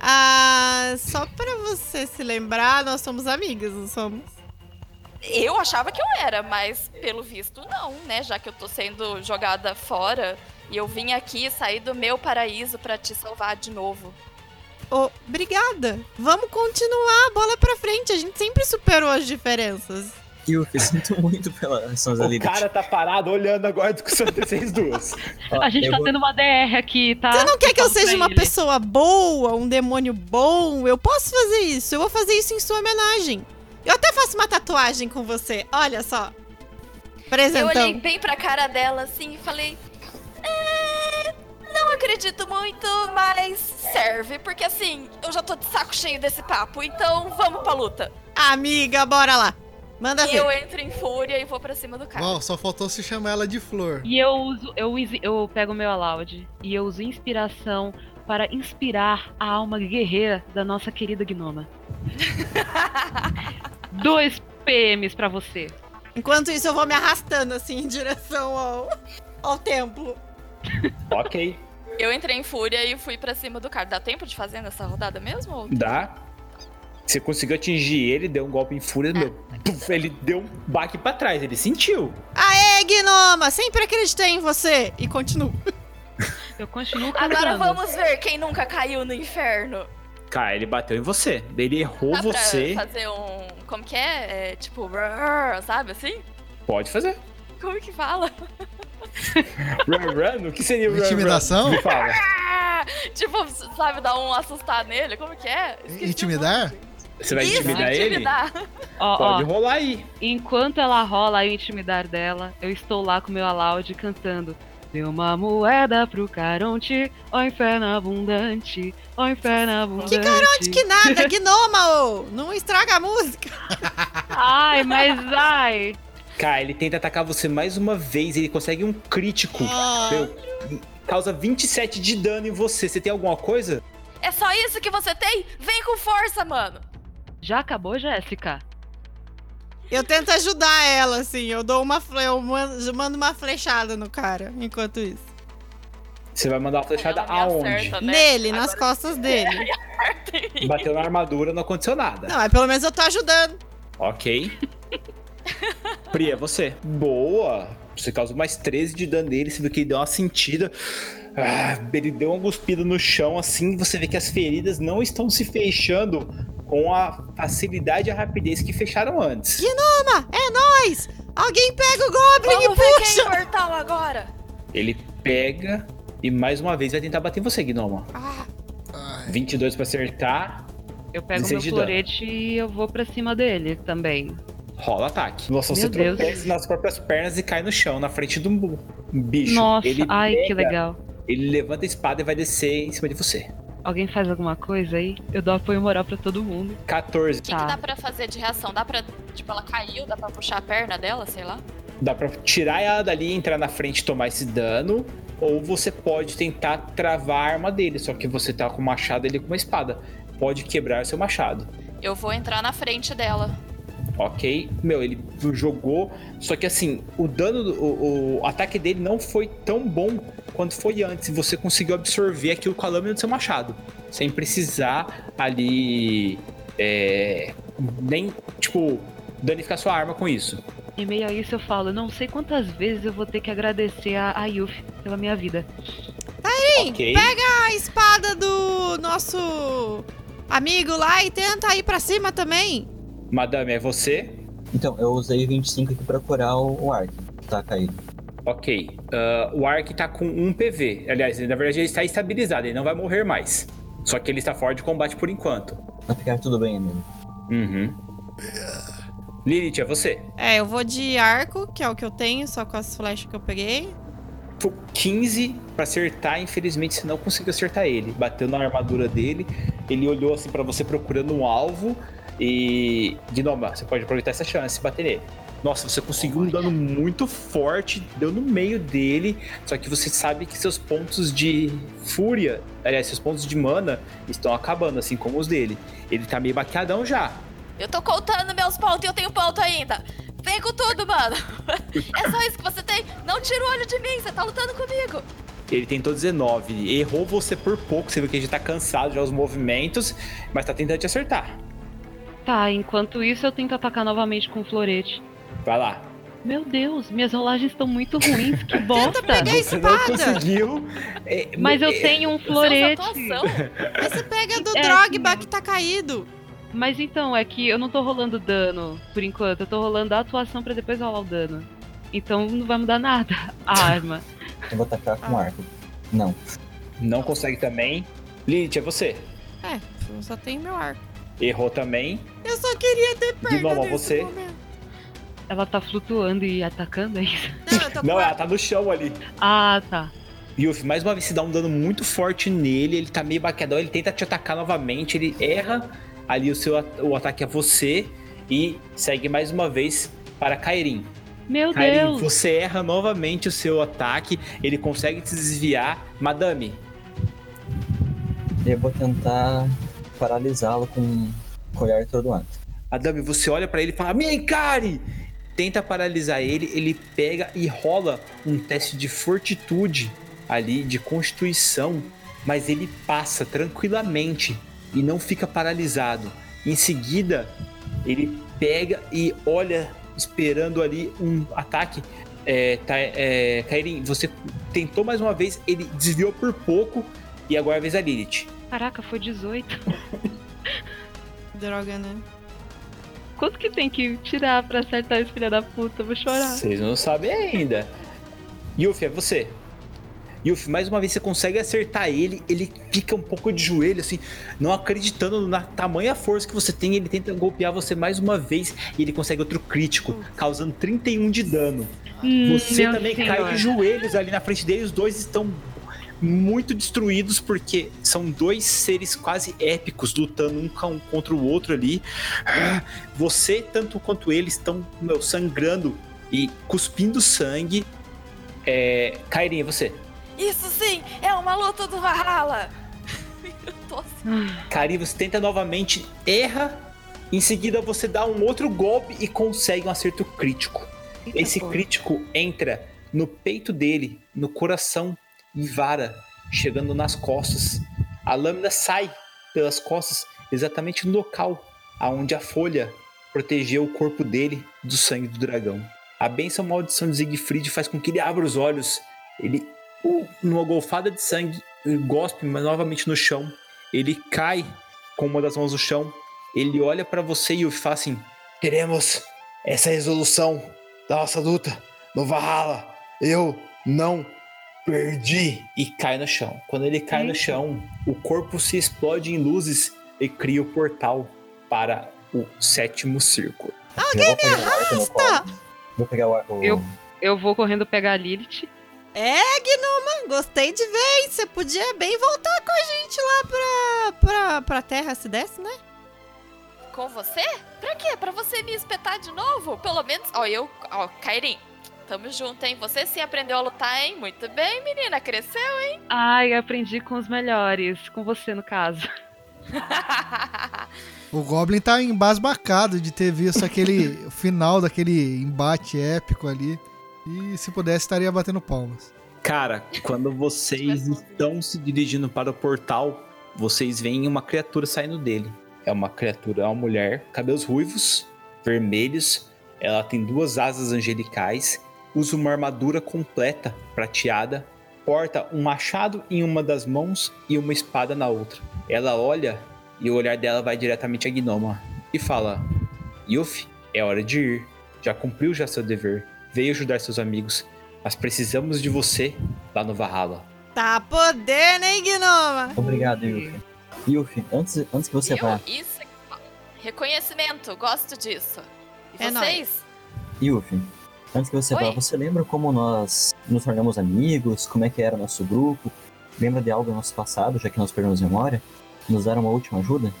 F: Ah, só pra você se lembrar, nós somos amigas, não somos?
B: Eu achava que eu era, mas pelo visto não, né? Já que eu tô sendo jogada fora e eu vim aqui sair do meu paraíso pra te salvar de novo.
F: Ô, obrigada. Vamos continuar, bola pra frente. A gente sempre superou as diferenças.
I: Yuki, sinto muito pela ação da
C: O
I: Lilith.
C: cara tá parado olhando agora a discussão entre vocês duas.
I: Ó,
H: A gente
I: eu
H: tá
I: vou-
H: tendo uma DR aqui, tá?
F: Você não quer que eu
H: falo pra
F: seja uma
H: ele.
F: pessoa boa, um demônio bom? Eu posso fazer isso. Eu vou fazer isso em sua homenagem. Eu até faço uma tatuagem com você. Olha só.
B: Eu olhei
F: Presentão.
B: bem pra cara dela assim e falei. "É, Não acredito muito, mas serve, porque assim, eu já tô de saco cheio desse papo, então vamos pra luta.
F: Amiga, bora lá. Manda
B: E
F: ver.
B: eu entro em fúria e vou pra cima do cara.
D: Bom, só faltou se chamar ela de flor.
H: E eu uso, eu, usi- eu pego meu Aloud e eu uso inspiração para inspirar a alma guerreira da nossa querida Gnoma. Dois PMs pra você.
F: Enquanto isso, eu vou me arrastando assim em direção ao, ao templo.
C: ok,
B: Eu entrei em fúria e fui pra cima do cara. Dá tempo de fazer nessa rodada mesmo? ou-
C: dá. Você conseguiu atingir ele, deu um golpe em
J: É.
C: fúria, meu. Puf, ele deu um baque pra trás, ele sentiu.
F: É, Gnoma, sempre acreditei em você. E continuo.
H: Eu continuo cantando.
B: Agora vamos ver quem nunca caiu no inferno.
C: Cara, ele bateu em você. Ele errou
J: Dá Tá pra
C: você.
J: fazer um. Como que é? É, tipo, "Rrr", sabe assim?
C: Pode fazer.
J: Como que fala?
C: Run, run? O que seria o run, run?
D: Intimidação?
C: Me fala.
J: Ah! tipo, sabe, dar um assustar nele? Como que é? Esqueci o
D: Intimidar?
C: Você vai
J: Isso,
C: intimidar ele?
J: intimidar.
H: Ó,
C: Pode
H: ó,
C: rolar aí.
H: enquanto ela rola aí o intimidar dela, eu estou lá com meu alaúde cantando. Deu uma moeda pro Caronte, ó inferno abundante, ó inferno abundante.
J: Que
H: Caronte
F: Que nada, Gnoma, ô! Não estraga a música!
H: Ai, mas ai.
C: Cara, ele tenta atacar você mais uma vez. Ele consegue um crítico. Meu, causa 27 de dano em você. Você tem alguma coisa?
J: É só isso que você tem? Vem com força, mano!
H: Já acabou, Jéssica?
F: Eu tento ajudar ela, assim. Eu dou uma. fle- Eu man- eu mando uma flechada no cara enquanto isso.
C: Você vai mandar uma flechada
J: Ela me
C: aonde?
J: acerta, né?
F: Nele, nas costas dele.
C: Bateu na armadura, não aconteceu nada.
F: Não, mas pelo menos eu tô ajudando.
C: Ok. Pri, é você. Boa! Você causou mais 13 de dano nele, você viu que ele deu uma sentida. Ah, ele deu uma cuspida no chão, assim, você vê que as feridas não estão se fechando com a facilidade e a rapidez que fecharam antes.
F: Toma, é nóis! Alguém pega o Goblin
J: Vamos
F: e
J: ver
F: puxa!
J: quem é imortal agora!
C: Ele pega e mais uma vez vai tentar bater em você, Gnoma. 22 pra acertar,
H: Eu pego meu
C: 16 de dano.
H: florete e eu vou pra cima dele também.
C: rola ataque. Nossa,
H: Meu
C: você
H: Deus.
C: tropeça nas próprias pernas e cai no chão, na frente de um bu- bicho.
H: Nossa,
C: ele
H: ai, que
C: pega,
H: legal.
C: Ele levanta a espada e vai descer em cima de você.
H: Alguém faz alguma coisa aí? Eu dou apoio moral pra todo mundo. Tá.
C: 14.
J: O que, que
H: Ah.
J: dá pra fazer de reação? Dá pra. Tipo, ela caiu, dá pra puxar a perna dela, sei lá?
C: Dá pra tirar ela dali, entrar na frente e tomar esse dano. Ou você pode tentar travar a arma dele, só que você tá com o machado ele com uma espada. Pode quebrar seu machado.
J: Eu vou entrar na frente dela.
C: Ok? Meu, ele jogou. Só que assim, o dano, do- o, o ataque dele não foi tão bom quanto foi antes. E você conseguiu absorver aquilo com a lâmina do seu machado. Sem precisar ali. É, nem, tipo, danificar sua arma com isso.
H: Em meio a isso eu falo, eu não sei quantas vezes eu vou ter que agradecer a, a Yuffie pela minha vida.
F: Sim,
C: Ok?
F: a espada do nosso amigo lá e tenta ir pra cima também.
C: Madame, é você?
I: Então, eu usei 25 aqui pra curar o, o Ark, que tá caído.
C: Ok. Ah, o Ark tá com um PV. Aliás, na verdade ele está estabilizado, ele não vai morrer mais. Só que ele está fora de combate por enquanto.
I: Vai ficar tudo bem, amigo.
C: Uhum. Lilith, é você.
F: É, eu vou de arco, que é o que eu tenho, só com as flechas que eu peguei.
C: Foi 15 pra acertar, infelizmente você não conseguiu acertar ele. Bateu na armadura dele, ele olhou assim pra você procurando um alvo e. Gnoma, você pode aproveitar essa chance e bater nele. Nossa, você conseguiu um dano muito forte, deu no meio dele, só que você sabe que seus pontos de fúria, aliás, seus pontos de mana estão acabando, assim como os dele. Ele tá meio baqueadão já.
J: Eu tô contando meus pontos e eu tenho ponto ainda. Vem com tudo, mano. É só isso que você tem. Não tira o olho de mim, você tá lutando comigo.
C: Ele tentou 19, errou você por pouco, você viu que ele já tá cansado já os movimentos, mas tá tentando te acertar.
H: Tá, enquanto isso eu tento atacar novamente com o florete.
C: Vai lá,
H: Meu Deus, minhas rolagens estão muito ruins, que bosta!
F: pegar-
C: Você não
F: espada.
C: conseguiu. É,
H: Mas eu
C: é,
H: tenho um
J: Você
H: florete.
J: usa atuação.
F: Aí você pega do
H: É,
F: Drogba
H: sim.
F: que tá caído.
H: Mas então, é que eu não tô rolando dano por enquanto, eu tô rolando a atuação pra depois rolar o dano. Então não vai mudar nada a arma.
I: Eu vou atacar com o arco. Não.
C: Não consegue também. Lilith, é você.
F: É, eu só tenho meu arco.
C: Errou também.
F: Eu só queria ter perna
C: Gnoma,
F: nesse
C: você?
F: momento.
H: Ela tá flutuando e atacando, é isso?
F: Não, eu tô
C: Não,
F: com
C: ela
F: arco.
C: tá no chão ali.
H: Ah, tá.
C: Yuffie, mais uma vez, se dá um dano muito forte nele. Ele tá meio baquedão. Ele tenta te atacar novamente. Ele erra ali o seu at- o ataque a você. E segue mais uma vez para Kairin.
H: Meu
C: Kairin,
H: Deus!
C: você erra novamente o seu ataque. Ele consegue se desviar. Madame,
I: Eu vou tentar paralisá-lo com um o olhar atordoante.
C: Adame, você olha pra ele e fala: Me encare! Tenta paralisar ele, ele pega e rola um teste de fortitude ali, de constituição, mas ele passa tranquilamente e não fica paralisado. Em seguida, ele pega e olha, esperando ali um ataque. É, tá, é, Kairin, você tentou mais uma vez, ele desviou por pouco e agora é a vez da Lilith.
H: Caraca, foi 18.
F: Droga, né?
H: Quanto que tem que tirar pra acertar esse filho da puta? Eu Vou
F: Tá.
H: chorar.
C: Vocês não sabem ainda. Yuffie, é você. Yuffie, mais uma vez você consegue acertar ele, ele fica um pouco de joelho, assim, não acreditando na tamanha força que você tem, ele tenta golpear você mais uma vez e ele consegue outro crítico, causando 31 de dano.
H: Hum,
C: Você
H: meu
C: também
H: senhor.
C: cai de joelhos ali na frente dele, os dois estão muito destruídos porque são dois seres quase épicos lutando um com- contra o outro ali. Ah, Você tanto quanto ele estão meu, sangrando e cuspindo sangue. É, Kairinha, você.
J: Isso sim é uma luta do Valhalla! Eu tô assim.
C: Kairinha, você tenta novamente, erra. Em seguida você dá um outro golpe e consegue um acerto crítico.
H: Eita
C: Esse
H: porra.
C: crítico entra no peito dele, no coração e vara, chegando nas costas. A lâmina sai pelas costas, exatamente no local aonde a folha protegeu o corpo dele do sangue do dragão. A benção maldição de Siegfried faz com que ele abra os olhos. Ele, uh, numa golfada de sangue, ele gospe mas novamente no chão. Ele cai com uma das mãos no chão. Ele olha pra você e fala assim: Teremos essa resolução da nossa luta no Valhalla. Eu não perdi. E cai no chão. Quando ele cai no
H: Eita.
C: chão, o corpo se explode em luzes e cria o portal para o sétimo círculo.
I: Alguém me
F: Tá.
I: Vou pegar o arco.
H: Eu- Eu vou correndo pegar a Lilith.
F: É, Gnoma, gostei de ver. hein? Você podia bem voltar com a gente lá pra, pra, pra terra, se desse, né?
J: Com você? Pra quê? Pra você me espetar de novo? Pelo menos. Ó, eu. Ó, Kairin. Tamo junto, hein? Você sim aprendeu a lutar, hein? Muito bem, menina. Cresceu, hein?
H: Ai, aprendi com os melhores. Com você, no caso.
D: O Goblin tá embasbacado de ter visto aquele o final daquele embate épico ali. E se pudesse, estaria batendo palmas.
C: Cara, quando vocês estão se dirigindo para o portal, vocês veem uma criatura saindo dele. É uma criatura, é uma mulher, cabelos ruivos, vermelhos. Ela tem duas asas angelicais, usa uma armadura completa, prateada, porta um machado em uma das mãos e uma espada na outra. Ela olha e o olhar dela vai diretamente a Gnoma e fala: Yuffie, é hora de ir. Já cumpriu já seu dever. Veio ajudar seus amigos. Mas precisamos de você lá no Valhalla.
F: Tá podendo, hein, Gnoma?
I: Obrigado, Yuffie. Yuffie, antes, antes que você
J: Viu?
I: vá,
J: Isso é que fala. Reconhecimento. Gosto disso. E
F: É
J: vocês?
I: Yuffie, antes que você
J: Oi.
I: vá, você lembra como nós nos tornamos amigos? Como é que era nosso grupo? Lembra de algo do nosso passado, já que nós perdemos memória? Nos dar uma última ajuda?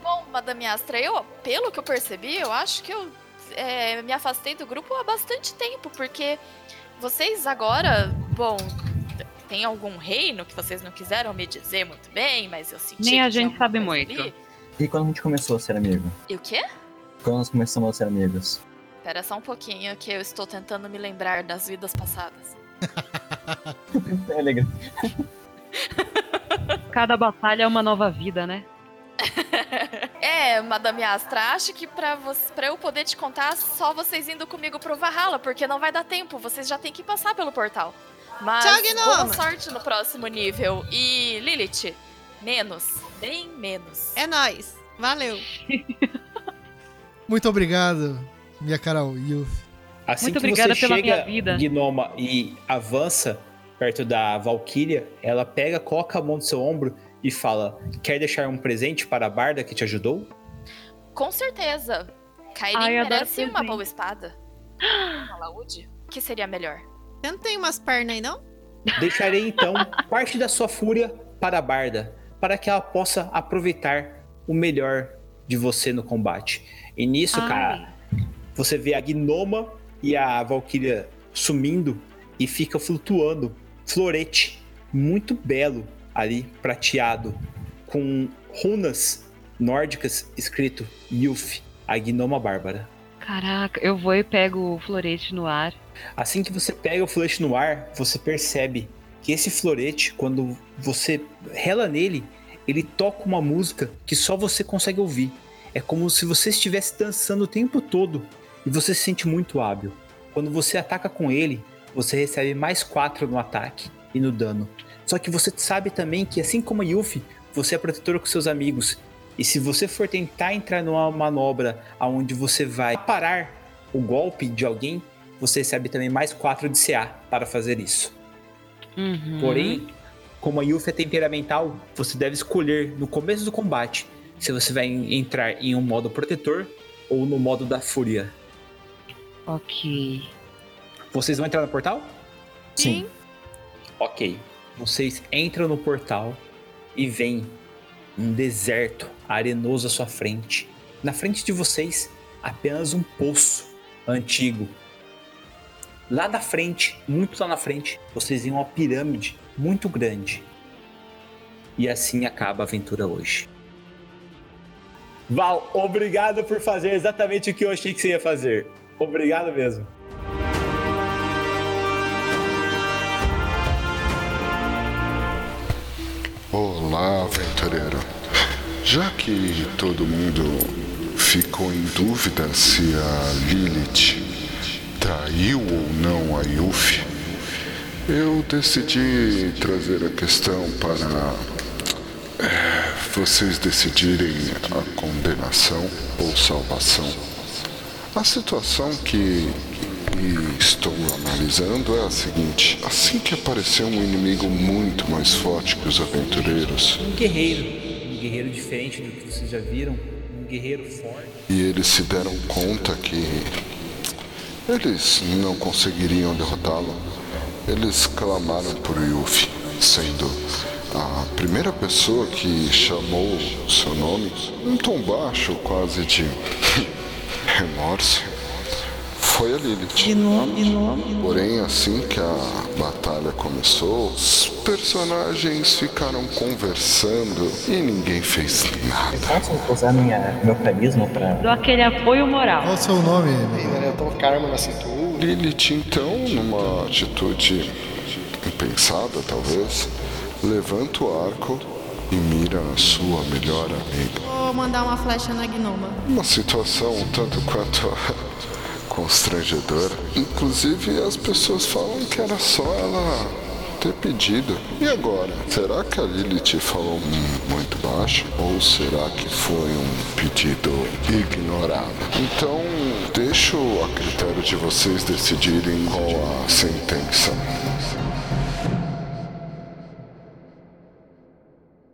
J: Bom, Madame Astra, eu, pelo que eu percebi, eu acho que eu é, me afastei do grupo há bastante tempo, porque vocês agora, bom, tem algum reino que vocês não quiseram me dizer muito bem, mas eu senti.
H: Nem
J: que tinha
H: a gente
J: alguma
H: sabe
J: coisa
H: muito.
J: ali.
I: E quando a gente começou a ser amigo?
J: E o quê?
I: Quando nós começamos a ser amigos?
J: Pera só um pouquinho que eu estou tentando me lembrar das vidas passadas.
I: É legal.
H: Cada batalha é uma nova vida, né?
J: É, Madame Astra, acho que pra, vo- pra eu poder te contar, só vocês indo comigo pro Valhalla, porque não vai dar tempo, vocês já têm que passar pelo portal. Mas
F: Tchau, Gnoma.
J: boa sorte no próximo nível. E Lilith, menos, bem menos.
F: É nóis. Valeu.
D: Muito obrigado, minha Carol Yuffie.
C: Assim
H: Muito
C: que
H: obrigada
C: você
H: pela
C: chega,
H: minha vida.
C: Gnoma, e avança perto da Valkyria, ela pega, coloca a mão no seu ombro e fala: Quer deixar um presente para a Barda que te ajudou?
J: Com certeza. Kairin
H: Ai, eu adoro
J: merece uma
H: presente.
J: boa espada. Uma laúde? O que seria melhor?
F: Você não tem umas pernas aí, não?
C: Deixarei então parte da sua fúria para a Barda, para que ela possa aproveitar o melhor de você no combate. E nisso,
H: Ai.
C: cara, você vê a Gnoma e a Valkyria sumindo e fica flutuando. Florete muito belo ali, prateado, com runas nórdicas escrito Yuf, a Gnoma Bárbara.
H: Caraca, eu vou e pego o florete no ar.
C: Assim que você pega o florete no ar, você percebe que esse florete, quando você rela nele, ele toca uma música que só você consegue ouvir. É como se você estivesse dançando o tempo todo e você se sente muito hábil. Quando você ataca com ele, você recebe mais 4 no ataque e no dano. Só que você sabe também que, assim como a Yuffie, Você é protetora com seus amigos. E se você for tentar entrar numa manobra aonde você vai parar o golpe de alguém, você recebe também mais 4 de CA para fazer isso.
H: Uhum.
C: Porém, como a Yuffie é temperamental, você deve escolher no começo do combate se você vai entrar em um modo protetor ou no modo da fúria.
H: Ok.
C: Vocês vão entrar no portal?
F: Sim.
C: Ok. Vocês entram no portal e veem um deserto arenoso à sua frente. Na frente de vocês, apenas um poço antigo. Lá na frente, muito lá na frente, vocês veem uma pirâmide muito grande. E assim acaba a aventura hoje. Val, obrigado por fazer exatamente o que eu achei que você ia fazer. Obrigado mesmo.
K: Olá, aventureiro. Já que todo mundo ficou em dúvida se a Lilith traiu ou não a Yuffie, eu decidi trazer a questão para eh, vocês decidirem a condenação ou salvação. A situação que que estou analisando é a seguinte: assim que apareceu um inimigo muito mais forte que os aventureiros,
C: Um guerreiro. Um guerreiro diferente do que vocês já viram. Um guerreiro forte.
K: E eles se deram conta que eles não conseguiriam derrotá-lo. Eles clamaram por Yuffie, sendo a primeira pessoa que chamou o seu nome, um tom baixo, quase de remorso, foi a Lilith. Porém, assim que a batalha começou, os personagens ficaram conversando e ninguém fez nada.
I: Posso usar minha, meu carisma pra.
H: Dou aquele apoio moral.
D: Qual o seu nome?
E: Ainda né? Eu tô com karma na cintura.
K: Lilith, então, numa atitude impensada, talvez, levanta o arco e mira a sua melhor amiga.
F: Vou mandar uma flecha na gnoma.
K: Uma situação um tanto quanto constrangedora. Inclusive, as pessoas falam que era só ela ter pedido. E agora? Será que a Lilith falou mu- muito baixo? Ou será que foi um pedido ignorado? Então, deixo a critério de vocês decidirem qual a sentença.